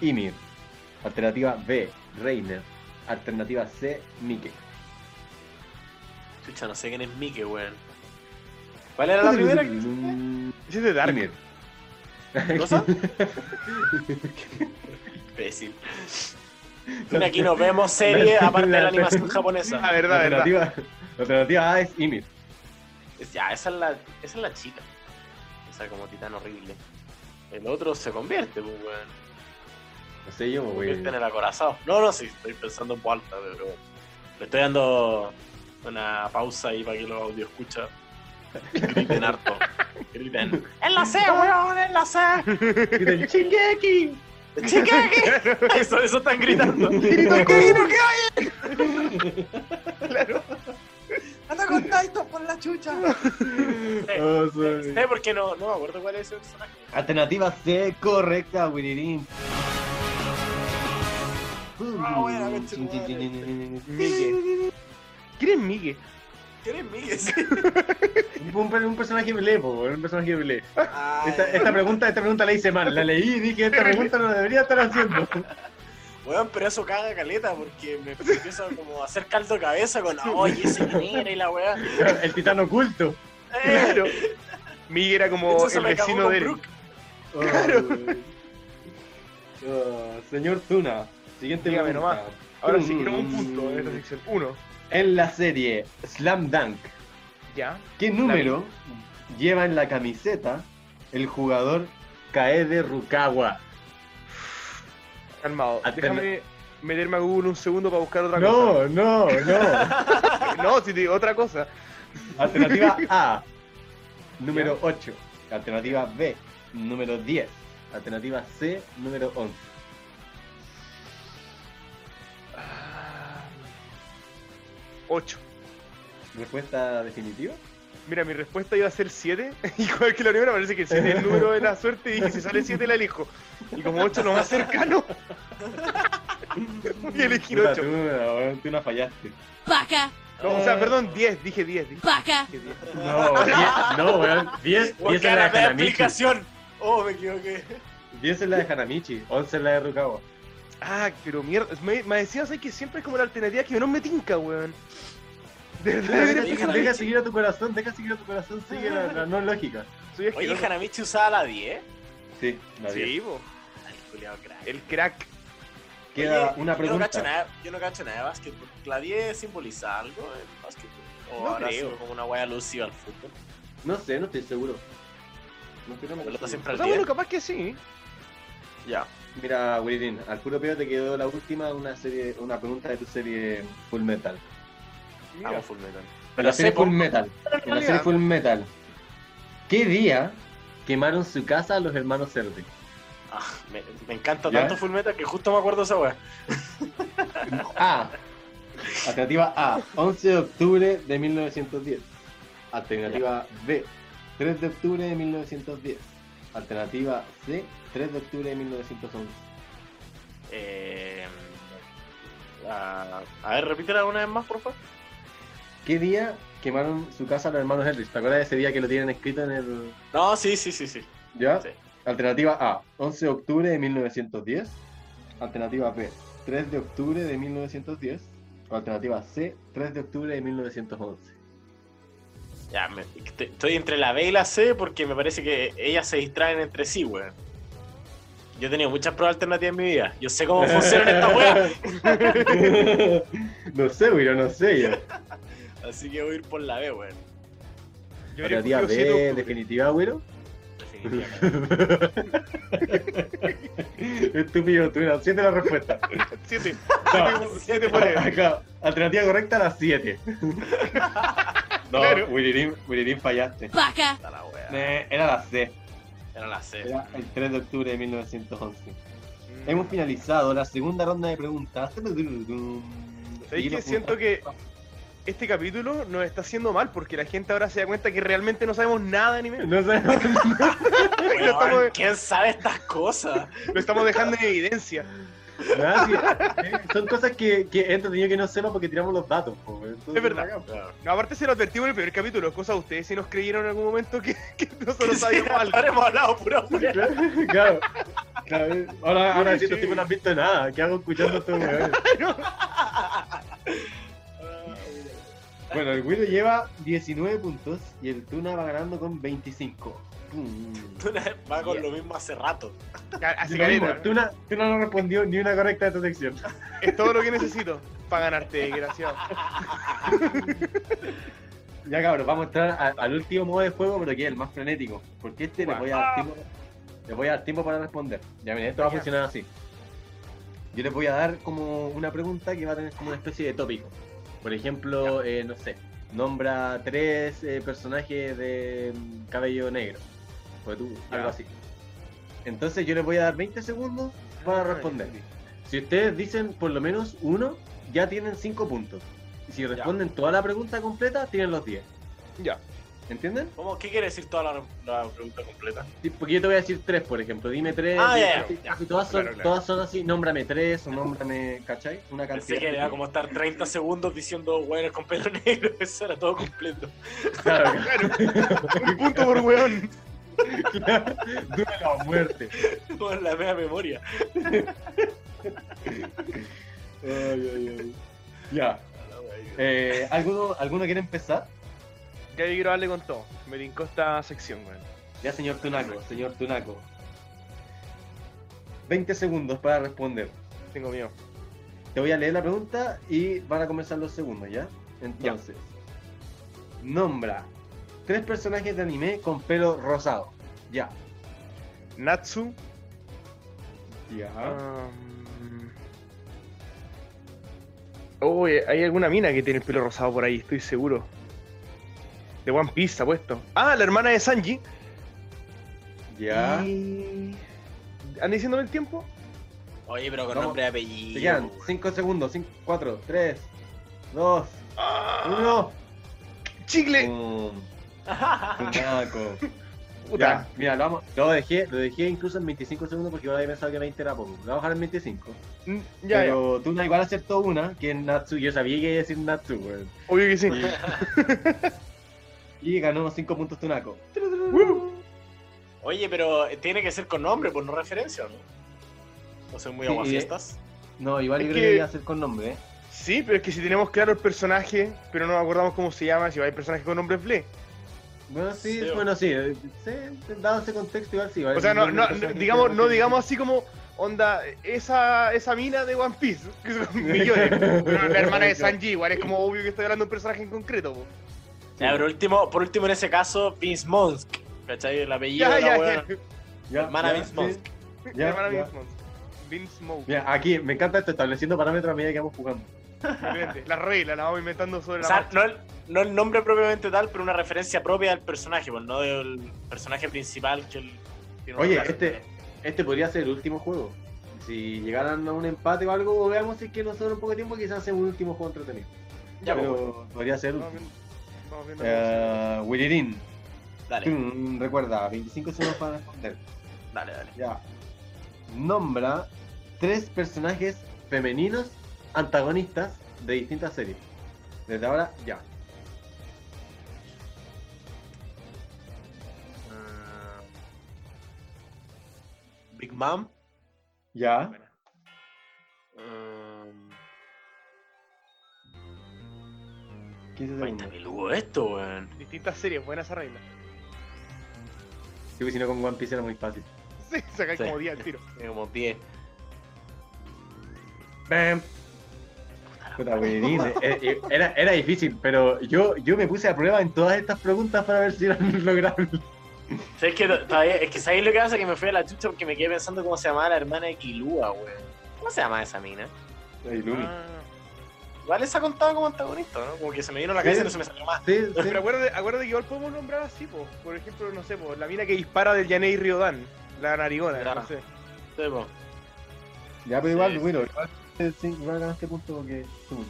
D: Ymir. Alternativa B, Reiner. Alternativa C, Mike.
A: Chucha, no sé quién es Mike, weón. ¿Cuál
D: Mm.
A: era la primera?
C: Ese es de Darknet.
D: *laughs*
A: ¿Cosa? Imbécil. Aquí no vemos serie aparte de la animación
C: La
A: japonesa.
C: verdad, la verdad.
D: alternativa, alternativa A es Ymir.
A: Ya, esa es la, esa es la chica. Esa como titán horrible. El otro se convierte, pues, weón.
D: No sé yo,
A: Se
D: güey.
A: convierte Este en el acorazado. Pues *laughs* No, no, sí, estoy pensando en voz alta, pero le estoy dando una pausa ahí para que los audio escucha. Griten harto. *laughs* Griten. ¡En la C, weón! ¡En la C!
D: Griten,
A: ¡Chingeki! ¡Chingeki! *laughs* Eso, eso están *laughs* gritando. ¡Anda con Taito por la *laughs* chucha!
D: Oh, sorry.
A: sé por qué no, no me acuerdo cuál es ese personaje.
D: Alternativa C, correcta, Wiririn.
A: Ah, bueno, qué chulo,
C: Migue. ¿Quién es Migue?
A: ¿Quién es *laughs* Miguel?
D: Un, per- un personaje blé, po, un personaje blé.
A: Ah,
D: Esta,
C: eh.
A: ya.
D: esta pregunta, esta pregunta la hice mal, la leí y dije, esta pregunta no la debería estar haciendo.
A: Weón, pero eso caga caleta porque me empiezo como a hacer caldo de cabeza con oye ese quién era y la weá.
D: El
C: *laughs*
D: titán oculto.
A: Eh,
C: Claro. Migue era como
A: eso se
C: el
A: me acabó
C: vecino
A: con
C: de él.
A: Brooke.
D: Oh, señor Tuna, siguiente
C: Dígame
D: pregunta.
C: nomás. Ahora sí, quiero un
D: Mm.
C: punto en esta sección. Uno.
D: En la serie Slam Dunk,
C: Ya.
D: ¿qué número lleva en la camiseta el jugador Kaede Rukawa?
C: Calmado.
D: Atento.
C: Déjame meterme a Google un segundo para buscar otra
D: No, no, no. *laughs*
C: cosa. No, si te digo otra cosa.
D: Alternativa A, número 8. Alternativa B, número 10. Alternativa C, número 11.
C: Ah, Ocho.
D: Respuesta definitiva.
C: Mira, mi respuesta iba a ser *laughs* 7. Y igual que la primera, parece que 7 es el número de la suerte. Y dije, si sale 7, la elijo. Y como 8 lo más cercano. *laughs* Voy a elegir
D: Puta,
C: 8.
D: Tú, ahora tú no fallaste.
E: vaca,
C: o sea, perdón, 10. Dije 10. Dije
E: vaca,
C: 10.
D: No, no, weón. 10,
A: Weón,
D: es la
A: cara,
D: de
A: me da
D: Hanamichi.
A: explicación. Oh, me equivoqué.
D: 10 es la de Hanamichi. 11 es la de Rukawa.
C: Ah, pero mierda. Me, me decías ahí que siempre es como la alternativa que no me tinca, weón. De verdad,
D: Deja,
C: era-
A: Oye,
D: deja,
A: Hanamichi.
D: deja seguir a tu corazón, deja seguir a tu corazón. Sigue la, la no lógica.
C: soy
A: Oye,
C: asqueroso.
A: Hanamichi usaba la 10.
D: Sí, la 10.
C: Sí, po.
A: Ay, culiao, crack.
C: El crack.
D: Queda
A: Oye,
D: una
A: Yo no, ¿eh? cacho
D: pregunta.
A: nada, yo no cacho nada de básquetbol. ¿La 10 simboliza algo en básquetbol? ¿O
C: No
A: ahora ha
C: creo.
A: sido como una wea alusiva al fútbol?
D: No sé, no estoy seguro. No estoy
A: La pelota siempre
C: O
A: al
C: sea,
A: 10.
C: bueno, capaz que sí.
A: Ya.
D: Mira, Wirin, al puro peor te quedó la última una serie, una pregunta de tu serie Full Metal.
C: Mira.
A: Vamos full metal.
D: En la
A: sé,
D: serie
A: po.
D: Full Metal. En la
C: realidad.
D: serie Full Metal. ¿Qué día quemaron su casa los hermanos
A: *laughs*
D: Cerdi?
A: Ah, me, me encanta
D: ¿Ya?
A: tanto full metal que justo me acuerdo de esa wea.
D: A. Alternativa A, 11 de octubre de 1910. Alternativa B, 3 de octubre de 1910. Alternativa C, 3 de octubre de 1911.
A: Eh, a, a ver, repítela una vez más, por favor.
D: ¿Qué día quemaron su casa los hermanos Henry? ¿Te acuerdas de ese día que lo tienen escrito en el...
A: No, sí, sí, sí, sí.
D: ¿Ya?
A: Sí.
D: Alternativa A, 11 de octubre de 1910. Alternativa B, 3 de octubre de 1910. O Alternativa C, 3 de octubre de 1911.
A: Ya, me- te- estoy entre la B y la C porque me parece que ellas se distraen entre sí, weón. Yo he tenido muchas pruebas alternativas en mi vida. Yo sé cómo funciona esta wea.
D: *laughs* no sé, Wiro, no sé yo.
A: Así que voy a ir por la B, weón.
C: Yo habría
D: Alternativa
C: escogido siete de
D: B,
C: octubre.
D: definitiva, Wiro. *laughs*
A: Definitivamente.
D: Estúpido, tú no. Siete la respuesta.
C: Siete.
D: *laughs* No.
C: *laughs* Siete por él.
D: *laughs* Acá, Alternativa correcta, la 7. *laughs* No,
C: Claro.
D: Wiririn, Wiririn fallaste.
E: vaca,
A: Está la wea.
D: *laughs* Eh, Era la C.
A: Era la C.
D: Era el 3 de octubre de 1911. Hemos finalizado la segunda ronda de preguntas.
C: ¿Sabes
D: Y
C: qué?
D: los
C: Siento que este capítulo nos está haciendo mal porque la gente ahora se da cuenta que realmente no sabemos nada de
D: *laughs*
C: anime.
D: No sé.
A: Weón,
C: Lo estamos,
A: ¿Quién sabe estas cosas?
C: lo estamos dejando en evidencia.
D: Nada, sí, eh, Son cosas que, que he entretenido que no sepa porque tiramos los datos. po, entonces-
C: Es verdad. No, aparte se lo advertimos en el primer capítulo, cosas ustedes si nos creyeron en algún momento que, *laughs* que nosotros sabíamos
A: *laughs*
C: algo.
A: Habremos hablado pura
D: *laughs*
A: wea.
D: Claro. *laughs* claro. eh, Claro, Ahora, ahora sí, estos tipos no han visto nada. ¿Qué hago escuchando a estos weones? Bueno, el Guido lleva 19 puntos y el Tuna va ganando con 25. Mm.
A: Tuna va con lo mismo hace rato.
C: Así
D: Lo mismo,
C: que
D: Tuna, Tuna no respondió ni una correcta de esta sección.
C: es todo lo que necesito para ganarte, desgraciado.
D: Ya cabros, vamos a entrar a- al último modo de juego, pero que es el más frenético. Porque este les voy a dar tiempo. Les voy a dar tiempo para responder. Ya miren, esto va a funcionar así. Yo les voy a dar como una pregunta que va a tener como una especie de tópico. Por ejemplo, eh, no sé, nombra tres eh, personajes de mm, cabello negro. O tú, algo así. Entonces yo les voy a dar 20 segundos *laughs*
C: Ah,
D: para responder. Si ustedes dicen por lo menos uno, ya tienen 5 puntos. Y si responden toda la pregunta completa, tienen los 10.
C: Ya.
D: ¿Entienden?
A: ¿Cómo? ¿Qué quiere decir toda la, la pregunta completa?
D: Sí, Porque yo te voy a decir tres, por ejemplo. Dime tres.
A: Ah,
D: dime
A: ya, ya,
D: tres,
A: ya.
D: y todas, son,
C: Claro, claro.
D: todas son así. Nómbrame tres o nómbrame, ¿cachai? Una
A: Pensé
D: cantidad.
A: que era como estar 30 segundos diciendo hueones con pelo *laughs* negro. Eso era todo completo.
D: *laughs* Claro,
C: Un punto por weón.
D: claro. Duelo a muerte.
A: Con la media memoria.
D: Ya. Eh, ¿alguno, ¿Alguno quiere empezar?
C: Ya yo quiero darle con todo. Me tincó esta sección, weón.
D: Ya, señor Tunaco, señor Tunaco. 20 segundos para responder.
C: Tengo miedo.
D: Te voy a leer la pregunta y van a comenzar los segundos, ¿ya? Entonces, nombra tres personajes de anime con pelo rosado. Ya.
C: Natsu.
D: Ya.
C: Um, Oh, eh, hay alguna mina que tiene el pelo rosado por ahí, estoy seguro. De One Piece, apuesto. Ah, la hermana de Sanji.
D: Ya.
C: Ah. Y- ¿Anda diciéndome el tiempo?
A: Oye, pero con
D: Vamos.
A: nombre y
D: Te
A: apellido.
D: quedan 5 segundos, 4, 3, 2,
C: Ah,
D: 1.
C: ¡Chicle! *laughs*
D: Tunaco.
C: Puta.
D: Ya, mira, lo, vamos, lo dejé, lo dejé incluso en 25 segundos porque yo había pensado que 20 era poco. Lo voy a bajar en 25.
C: Mm, Ya, ya.
D: pero Tuna igual aceptó una, que es Natsu. Yo sabía que iba a decir Natsu, weón.
C: Obvio que sí.
D: Y ganó 5 puntos Tunaco.
A: Oye, pero tiene que ser con nombre, pues no referencia, ¿no? No soy muy
D: Sí,
A: aguafiestas.
D: No, igual
C: Es
D: yo
C: que-
D: creo que iba a hacer con nombre, ¿eh?
C: Sí, pero es que si tenemos claro el personaje, pero no nos acordamos cómo se llama, si va a haber personaje con nombre ble.
D: Bueno, sí,
A: Sí,
D: bueno, sí. eh, sí, dado ese contexto, igual sí.
C: O sea, no, no, no, digamos, no digamos así como onda, esa, esa mina de One Piece, *laughs* que son *laughs* millones. Pero la hermana de Sanji, igual es como obvio que estoy hablando de un personaje en concreto. po.
A: Ya, pero último, por último en ese caso, Vince Monsk. ¿Cachai? El apellido
C: Ya,
A: de la
C: ya,
A: wea.
C: *laughs* ya.
D: Ya,
A: Hermana
D: ya,
A: Vince
D: sí,
A: Monsk.
D: ya,
C: La hermana
D: ya.
C: Vince Mouse. Vince Mouse.
D: Mira, aquí me encanta esto, estableciendo parámetros a medida que vamos jugando.
C: Excelente. Las reglas las vamos inventando sobre
A: O
C: la
A: sea,
C: marcha.
A: no el, no el nombre propiamente tal, pero una referencia propia del personaje, pues no del personaje principal que él tiene una
D: Oye,
A: relación,
D: este, este podría ser el último juego. Si llegaran a un empate o algo, veamos si es que nos sobra un poco de tiempo, quizás hacemos un último juego entretenido.
A: ¿no? Ya, pues,
D: pero podría ser.
C: Vamos viendo- vamos viendo cómo
D: Eh, Wiririn,
A: dale,
D: tun, recuerda, 25 segundos para responder.
A: dale, dale.
D: Ya. Nombra tres personajes femeninos antagonistas de distintas series. Desde ahora, ya.
A: Ah, Big Mom.
D: Ya.
A: Um, ay,
D: 15 segundos.
A: está peludo esto, weón.
C: se- Distintas series, buenas esas reglas.
D: Sí, porque si no con One Piece era muy fácil.
C: *laughs* Sí, sacan
A: Sí.
C: como 10 al tiro.
A: Tiene como 10.
D: Bam. Puta, Wiririn, eh, eh, era, era difícil, pero yo, yo me puse a prueba en todas estas preguntas para ver si eran *laughs* logrables.
A: ¿Sabes que todavía, es que sabéis lo que pasa? Que me fui a la chucha porque me quedé pensando cómo se llamaba la hermana de Kilua, weón. ¿Cómo se llama esa mina?
C: Ah.
A: Igual esa contaba como antagonista, ¿no? Como que se me vino a la cabeza
D: Sí.
A: y no se me salió más.
D: Sí, sí.
C: Pero acuérdate, acuérdate que igual podemos nombrar así, po. por ejemplo, no sé, po, la mina que dispara del Yanei Riodan, la narigona,
A: Claro.
C: no sé.
A: Sí, po.
D: Ya, pero igual,
A: Sí.
D: bueno, igual, eh, sí, igual ganaste punto porque. tum,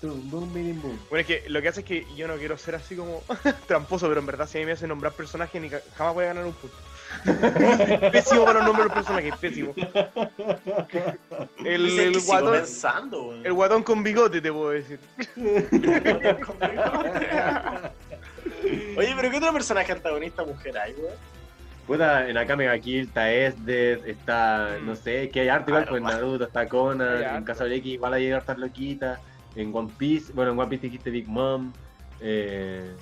D: tum, boom, bidim, boom.
C: Bueno, es que lo que hace es que yo no quiero ser así como *laughs* tramposo, pero en verdad si a mí me hacen nombrar personajes, ni ca- jamás voy a ganar un punto. *laughs* pésimo para los nombres de los personajes, pésimo. El,
A: Dice, pues.
C: el
A: "¿Qué sigo
C: guatón,
A: pensando, weón?"
C: el guatón con bigote, te puedo decir.
A: *laughs* Oye, pero ¿qué otro personaje antagonista mujer hay, weón?
D: Puta, en Akame ga Kill está Esdes, está,
C: Mm.
D: no sé, que hay harto igual,
A: Claro,
D: pues en
A: más.
D: Naruto está
C: Hay
D: Conan, en
C: harto.
D: Casablanca igual hay hartas loquitas, en One Piece, bueno, en One Piece dijiste Big Mom, Eh,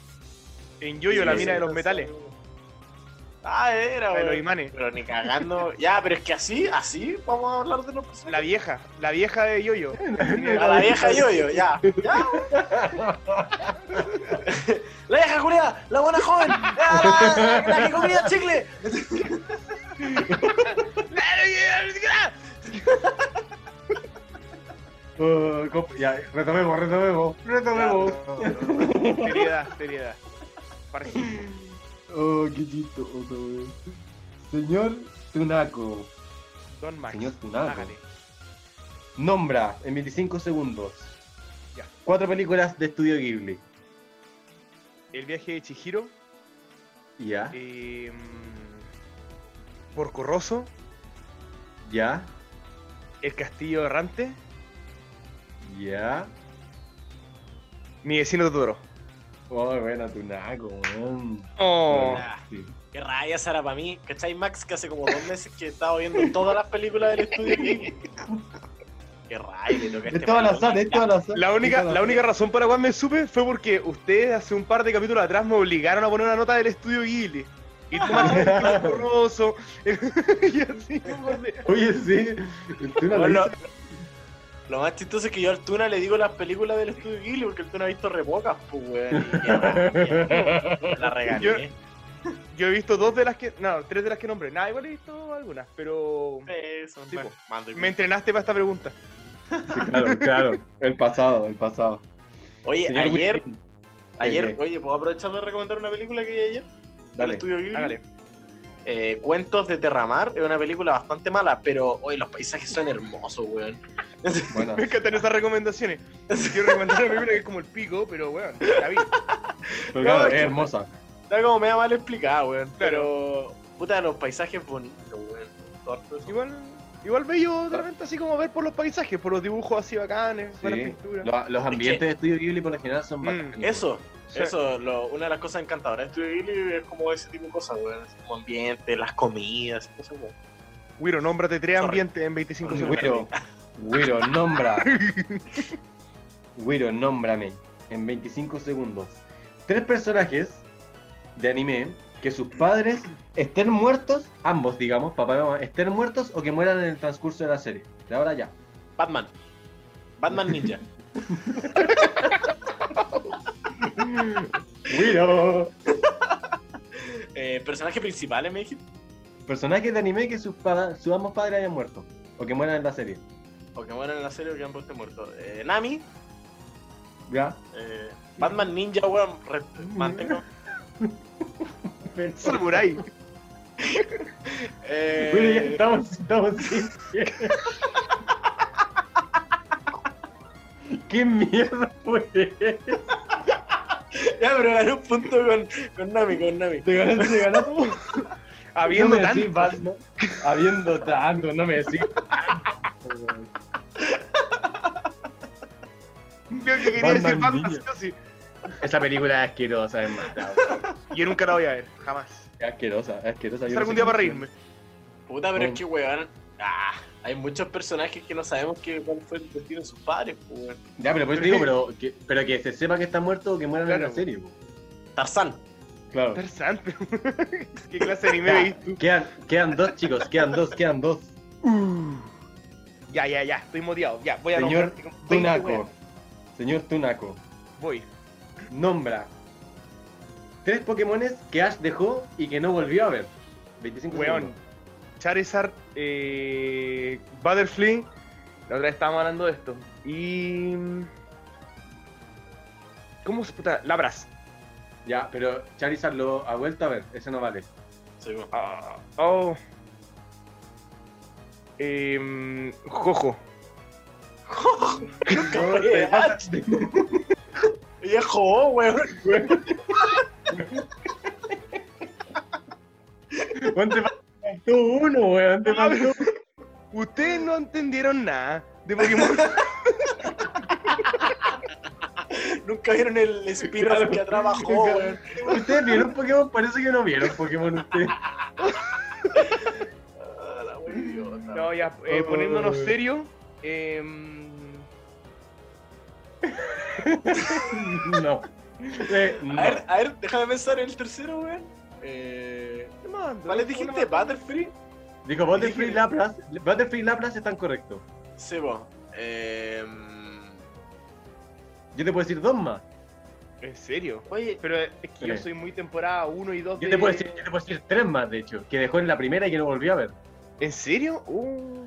C: En Yoyo,
D: Sí,
C: la
D: sí,
C: mina de los
A: sí.
C: metales,
A: Ah, era,
C: la de los
A: güey.
C: imanes.
A: Pero ni cagando. ya, pero es que así, así vamos a hablar de los
C: La
A: personajes.
C: vieja, la vieja de Yoyo.
A: *laughs* A la vieja Yoyo, ya. ya. la vieja Julia, la buena joven, la, la- la que comía chicle.
D: oh, comp- ya, retomemos, retomemos, retomemos.
C: seriedad, seriedad. Parejismo.
D: Oh, qué chistoso, weón. Señor Tunaco.
C: Don Max.
D: Señor Tunaco.
C: hágale.
D: Nombra en 25 segundos.
C: Ya.
D: Cuatro películas de estudio Ghibli.
C: El viaje de Chihiro,
D: Ya,
C: eh, mm, Porco Rosso,
D: ya,
C: El Castillo Errante,
D: ya.
C: Mi vecino Totoro.
D: Oh, buena Tunaco, weón.
C: Oh,
A: Ah,
D: Sí.
A: Qué raya esa era para mí. ¿Cachai, Max? Que hace como dos meses que estaba viendo todas las películas del estudio. Ghibli. Qué raya, le toca a
B: Es
A: este
B: todo al
A: maricón.
B: azar, es todo al azar.
C: La única,
B: Es todo al
C: la única
B: azar.
C: razón por la cual me supe fue porque ustedes hace un par de capítulos atrás me obligaron a poner una nota del estudio Ghibli. Y tú más horroroso. *laughs* y así como de-
D: Oye, sí. El Tuna lo
A: Bueno,
D: hizo.
A: Lo más chistoso es que yo al Tuna le digo las películas del estudio Ghibli porque el Tuna ha visto re pocas, pues, weón. y qué rabia, po. La regalé.
C: Yo he visto dos de las que. No, tres de las que nombré. Nada, igual he visto algunas, pero.
A: Eso,
C: Sí, po.
A: mando y-
C: Me entrenaste para esta pregunta.
D: Claro, claro. El pasado, el pasado.
A: Oye,
D: Señor
A: ayer,
D: Ghibli,
A: ayer,
D: ok.
A: oye, ¿puedo aprovechar de recomendar una película que vi ayer? Del
D: Dale.
A: estudio Ghibli.
C: Hágale.
A: Eh, Cuentos de Terramar es una película bastante mala, pero hoy los paisajes son hermosos, weón.
C: *laughs*
D: Buena.
C: Me encantan esas recomendaciones. Quiero recomendar una película que es como el pico, pero bueno, la vi.
D: Pero claro,
A: No,
D: es hermosa.
A: Está como media mal explicada, weón. Pero, puta, los paisajes bonitos, weón. Tortos.
C: Igual, igual bello de repente así como ver por los paisajes, por los dibujos así bacanes, por las
D: Sí.
C: pinturas.
D: Lo- los ambientes de estudio Ghibli por lo general son
C: Mm,
D: bacanes.
A: Eso,
C: Sí.
A: eso, lo- una de las cosas encantadoras de Studio Ghibli es como ese tipo de cosas, weón. así Como ambiente, las comidas, cosas como.
C: Wiro, nómbrate tres
A: Sorry.
C: ambientes en 25 segundos.
D: Wiro,
C: *laughs*
D: Wiro, nombra. Wiro, nómbrame. En 25 segundos. Tres personajes de anime que sus padres estén muertos, ambos digamos, papá y mamá, estén muertos o que mueran en el transcurso de la serie. De ahora ya.
A: Batman. Batman *laughs* Ninja.
D: Wiro.
A: eh, personaje principal, me dijiste.
D: Personajes de anime que sus, pa- sus ambos padres hayan muerto o que mueran en la serie.
A: O que mueran en la serie o que ambos estén muertos. Eh, Nami.
D: ¿Ya?
A: eh, Batman Ninja, weón. re- Mantengo.
C: Samurai.
A: *laughs* Eh,
D: Bueno, ya
C: *laughs*
D: estamos, estamos sin ¿Qué mierda fue? Te
A: ya, pero gané un punto con, con Nami, con Nami.
D: ganaste, te ganaste.
C: *laughs* Habiendo
D: no me
C: tanto.
D: decís Batman, habiendo tanto, no me decís.
C: Creo que quería
D: Batman
C: decir Batman
D: Ninja.
C: sí o
D: Esa película es asquerosa, es mala.
C: sí. Yo nunca la voy a ver, jamás.
D: Es asquerosa, es asquerosa.
C: Es
D: yo no
C: algún
D: sé
C: día
D: cómo-
C: para reírme.
A: Puta, pero
D: Oh.
A: es que, weón. ah, hay muchos personajes que no sabemos que, cuál fue el destino de sus padres, pues, weón.
D: Ya, pero por eso
C: *laughs*
D: te digo, pero que, pero que se sepa que está muerto o que mueran en
C: Claro.
D: la serie. po.
A: Tarzán.
D: Claro.
C: Tarzán, pero- *laughs* ¿Qué clase de anime
D: Ya,
C: veis tú?
D: quedan, quedan dos, chicos, quedan dos, quedan dos.
C: Ya, ya, ya, estoy motivado. Ya, voy a
D: Señor
C: nombrarte como 20
D: Tunaco.
C: weas.
D: Señor Tunaco.
C: Voy.
D: Nombra tres Pokémones que Ash dejó y que no volvió a ver. 25
C: Weón.
D: segundos.
C: Charizard, eh, Butterfly. La otra vez estábamos hablando de esto. Y. mm, ¿Cómo se puta? Labras.
D: Ya, pero Charizard lo ha vuelto a ver. Ese no vale.
A: Sí, weón.
C: Ah, oh. Em, Jojo.
A: Cabrón, de Ash. Viejo, weón. *laughs*
D: Weón, te faltó uno, weón. Te faltó
C: Ustedes no entendieron nada de Pokémon.
A: Nunca vieron el spin-off que atrás
C: *laughs*
A: bajó, weón.
D: uno. Ustedes vieron Pokémon, parece que no vieron Pokémon ustedes. *laughs*
A: Ah, la wea idiota.
C: *laughs* no, ya, eh, poniéndonos serio. em,
D: No. Eh, no.
A: A ver, a ver, déjame pensar en el tercero, weón. Eh, ¿Cuál les dijiste? ¿Butterfree?
D: Digo, Butterfree y Lapras, Butterfree y Lapras están correctos.
A: Sí, vos. Eh,
D: Yo te puedo decir dos más.
C: ¿En serio?
A: oye,
C: Pero es que yo
D: Sí.
C: soy muy temporada 1 y 2
D: Yo te puedo decir, yo te puedo decir tres más, de hecho, que dejó en la primera y que no volvió a ver.
C: ¿En serio? Uh,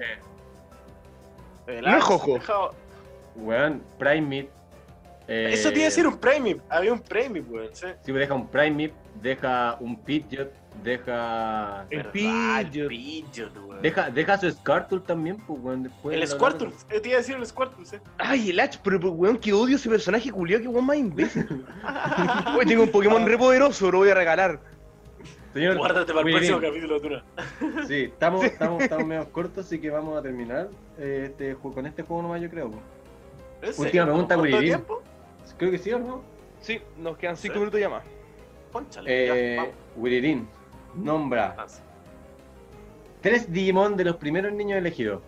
D: Eh,
A: el
C: No
A: Axe,
C: es Jojo.
A: dejado-
D: weón, Primate. eh,
A: Eso te iba a decir un premium. Había un premium, weón. Sí.
D: Si deja un Primate, deja un Pidgeot, deja.
C: El
A: Verdad,
C: Pidgeot.
A: Pidgeot, weón.
D: Deja, deja su Squirtle también, pues, weón. Después
A: El Squirtle. eh, Te iba a decir el Squirtle, *laughs* sí.
C: Ay, el H, pero, pero, weón, que odio ese personaje culiao, que weón más imbécil. *laughs* Oye, tengo un Pokémon re poderoso, lo voy a regalar.
D: Señor,
A: Guárdate para el
D: muy
A: próximo
D: bien.
A: capítulo, Tuna.
D: Sí, estamos, estamos, estamos medio cortos, así que vamos a terminar eh, este, ju- con este juego nomás, yo creo. pues.
A: ¿En
D: Última
A: serio?
D: pregunta,
A: ¿Con todo
D: Willy.
A: tiempo?
D: Creo que sí, ¿o no?
C: Sí, nos quedan 5
A: Sí.
C: minutos ya más.
A: Pónchale.
D: Eh,
A: ya, Ah. vamos.
D: Wiririn, nombra
A: Avanza.
D: tres Digimon de los primeros niños elegidos.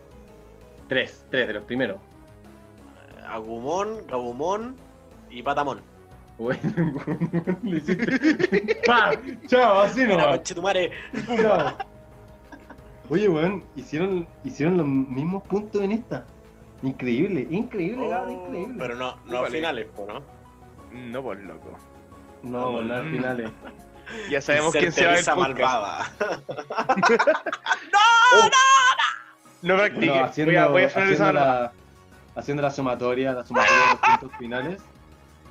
D: Tres, tres de los primeros.
A: Agumon, Gabumon y Patamon.
D: Bueno, *laughs* le *laughs* hiciste- ¡Pa! ¡Chao! Así
A: Mira,
D: nomás.
A: conchetumare.
D: Chao. Oye, weón, hicieron, hicieron los mismos puntos en esta. Increíble, increíble, cabrón, increíble.
A: Oh, Pero no, no
C: Vale.
A: finales, po, ¿no? pues,
C: No, por loco.
D: No, no, al eh. *laughs* finales.
C: Ya sabemos quién se
A: Inserte
C: va a
A: risa malvada. *laughs*
C: No practique.
D: No,
C: voy a,
D: haciendo,
C: voy a frenar esa
D: haciendo,
C: mano.
D: la, haciendo la sumatoria, la sumatoria de los puntos finales,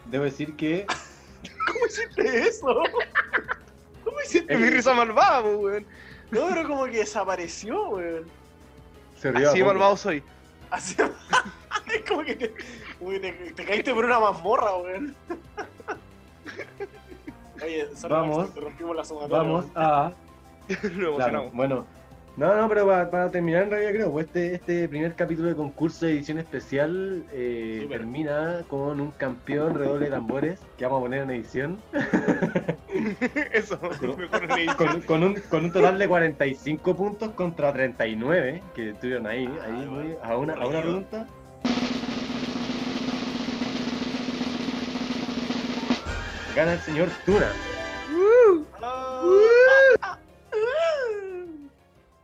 D: debo decir que
A: ¿Cómo hiciste eso? *laughs*
C: ¿Cómo hiciste mi risa malvada, po, weón?
A: No, pero como que desapareció, weón.
D: se
C: Así de malvado soy. *laughs*
A: Así... *laughs* es como que te, uy, te- te caíste por una mazmorra, weón. Oye, sorry,
D: Vamos.
A: Max, te rompimos la sumatoria.
D: Vamos
A: weón.
D: a
C: Lo
D: Claro,
C: emocionamos.
D: bueno. No, no, pero para, para terminar en realidad creo, pues este, este primer capítulo de concurso de edición especial eh,
A: Súper.
D: termina con un campeón redoble de tambores que vamos a poner en edición
C: Eso, *laughs* mejor no le hice.
D: con, con un, con un total de 45 puntos contra 39 que estuvieron ahí, ahí
A: Ah,
D: muy-
A: bueno.
D: a, una, a una pregunta. Gana el señor Tuna.
A: Ah,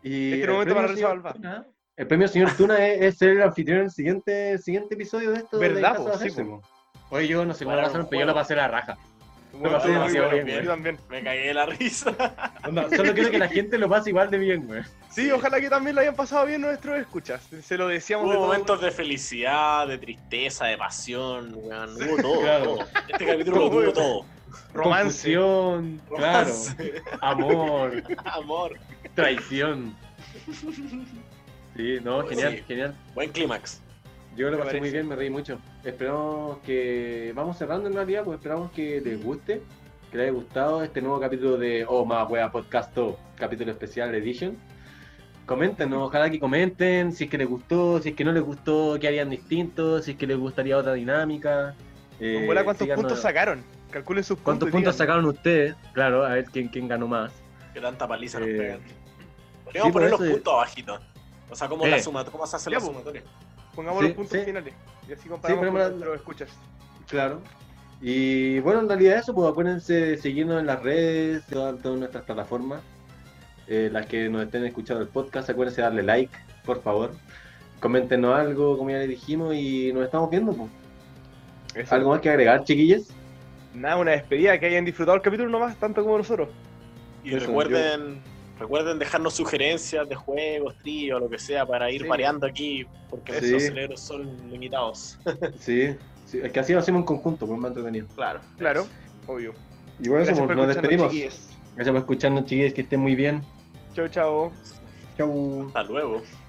D: Y
C: Este
D: el
C: momento
D: premio
C: para Renzo
D: señor
C: Alba.
D: Tuna- El premio señor Tuna es, es ser el anfitrión del siguiente, siguiente episodio de esto.
C: ¿Verdad,
D: de
C: po?
D: Casa de
C: Sí,
D: Hacemos. Oye, yo no sé cómo
A: Para un
D: la pasaron, pero yo la
A: juego.
D: pasé la raja.
C: Bueno,
D: pasé
C: muy
D: demasiado
C: bueno,
D: bien,
C: Yo también.
A: me cagué de la risa.
D: Onda, solo quiero que la gente lo pase igual de bien, güey.
C: Sí, ojalá que también lo hayan pasado bien nuestros escuchas. Se lo decíamos
A: Hubo
C: de todo.
A: momentos de felicidad, de tristeza, de pasión, weón. Hubo todo.
D: *laughs* Claro.
A: todo. Este capítulo lo tuvo todo.
C: Romance.
D: Confusión, claro.
C: *laughs*
A: *laughs* Romance,
D: Amor,
A: Amor.
D: traición. Sí, no, genial,
A: Sí.
D: genial.
A: Buen clímax.
D: Yo lo
C: Me
D: pasé muy
C: parece.
D: bien, me reí mucho. Esperamos que. Vamos cerrando en realidad, pues esperamos que les guste, que les haya gustado este nuevo capítulo de Oh Más Wea Podcast Todo, capítulo especial Edition. Comenten, ¿no? ojalá que comenten si es que les gustó, si es que no les gustó, qué harían distinto, si es que les gustaría otra dinámica. Eh,
C: Con bola, ¿cuántos
D: síganos-
C: puntos sacaron? Calculen sus
D: ¿Cuántos
C: puntos.
D: puntos
C: díganme.
D: sacaron ustedes? Claro, a ver quién, quién ganó más.
A: Que tanta paliza nos
D: Eh,
A: pegan.
D: sí,
A: Podríamos
D: por
A: poner los
D: eso-
A: puntos abajitos. O sea, cómo,
D: Eh.
A: la suma, cómo se hace la
C: Ya, pues.
A: sumatoria.
C: Pongamos
D: Sí,
C: los puntos
D: sí.
C: finales. Y así comparamos
D: ponemos
C: con
D: la-
C: nuestros escuchas.
D: Claro. Y bueno, en realidad eso, pues acuérdense de seguirnos en las redes, de todas, todas nuestras plataformas, eh, las que nos estén escuchando el podcast, acuérdense de darle like, por favor. Coméntenos algo, como ya les dijimos, y nos estamos viendo. pues.
C: Eso.
D: ¿Algo más que agregar, chiquillos?
C: Nada, una despedida, que hayan disfrutado el capítulo nomás, tanto como nosotros.
A: Y
D: Eso,
A: recuerden, recuerden dejarnos sugerencias de juegos, tríos, lo que sea, para ir
C: Sí.
A: variando aquí, porque
D: Sí.
A: nuestros cerebros son limitados.
D: Sí, sí, es que así lo hacemos en conjunto, pues más entretenido.
A: claro.
C: Claro, obvio.
D: Y bueno, eso,
C: Gracias
D: pues,
C: por
D: nos
C: escucharnos,
D: despedimos. Gracias por escucharnos, chiquillos, que estén muy bien.
C: Chau, chau.
D: Chau.
A: Hasta luego.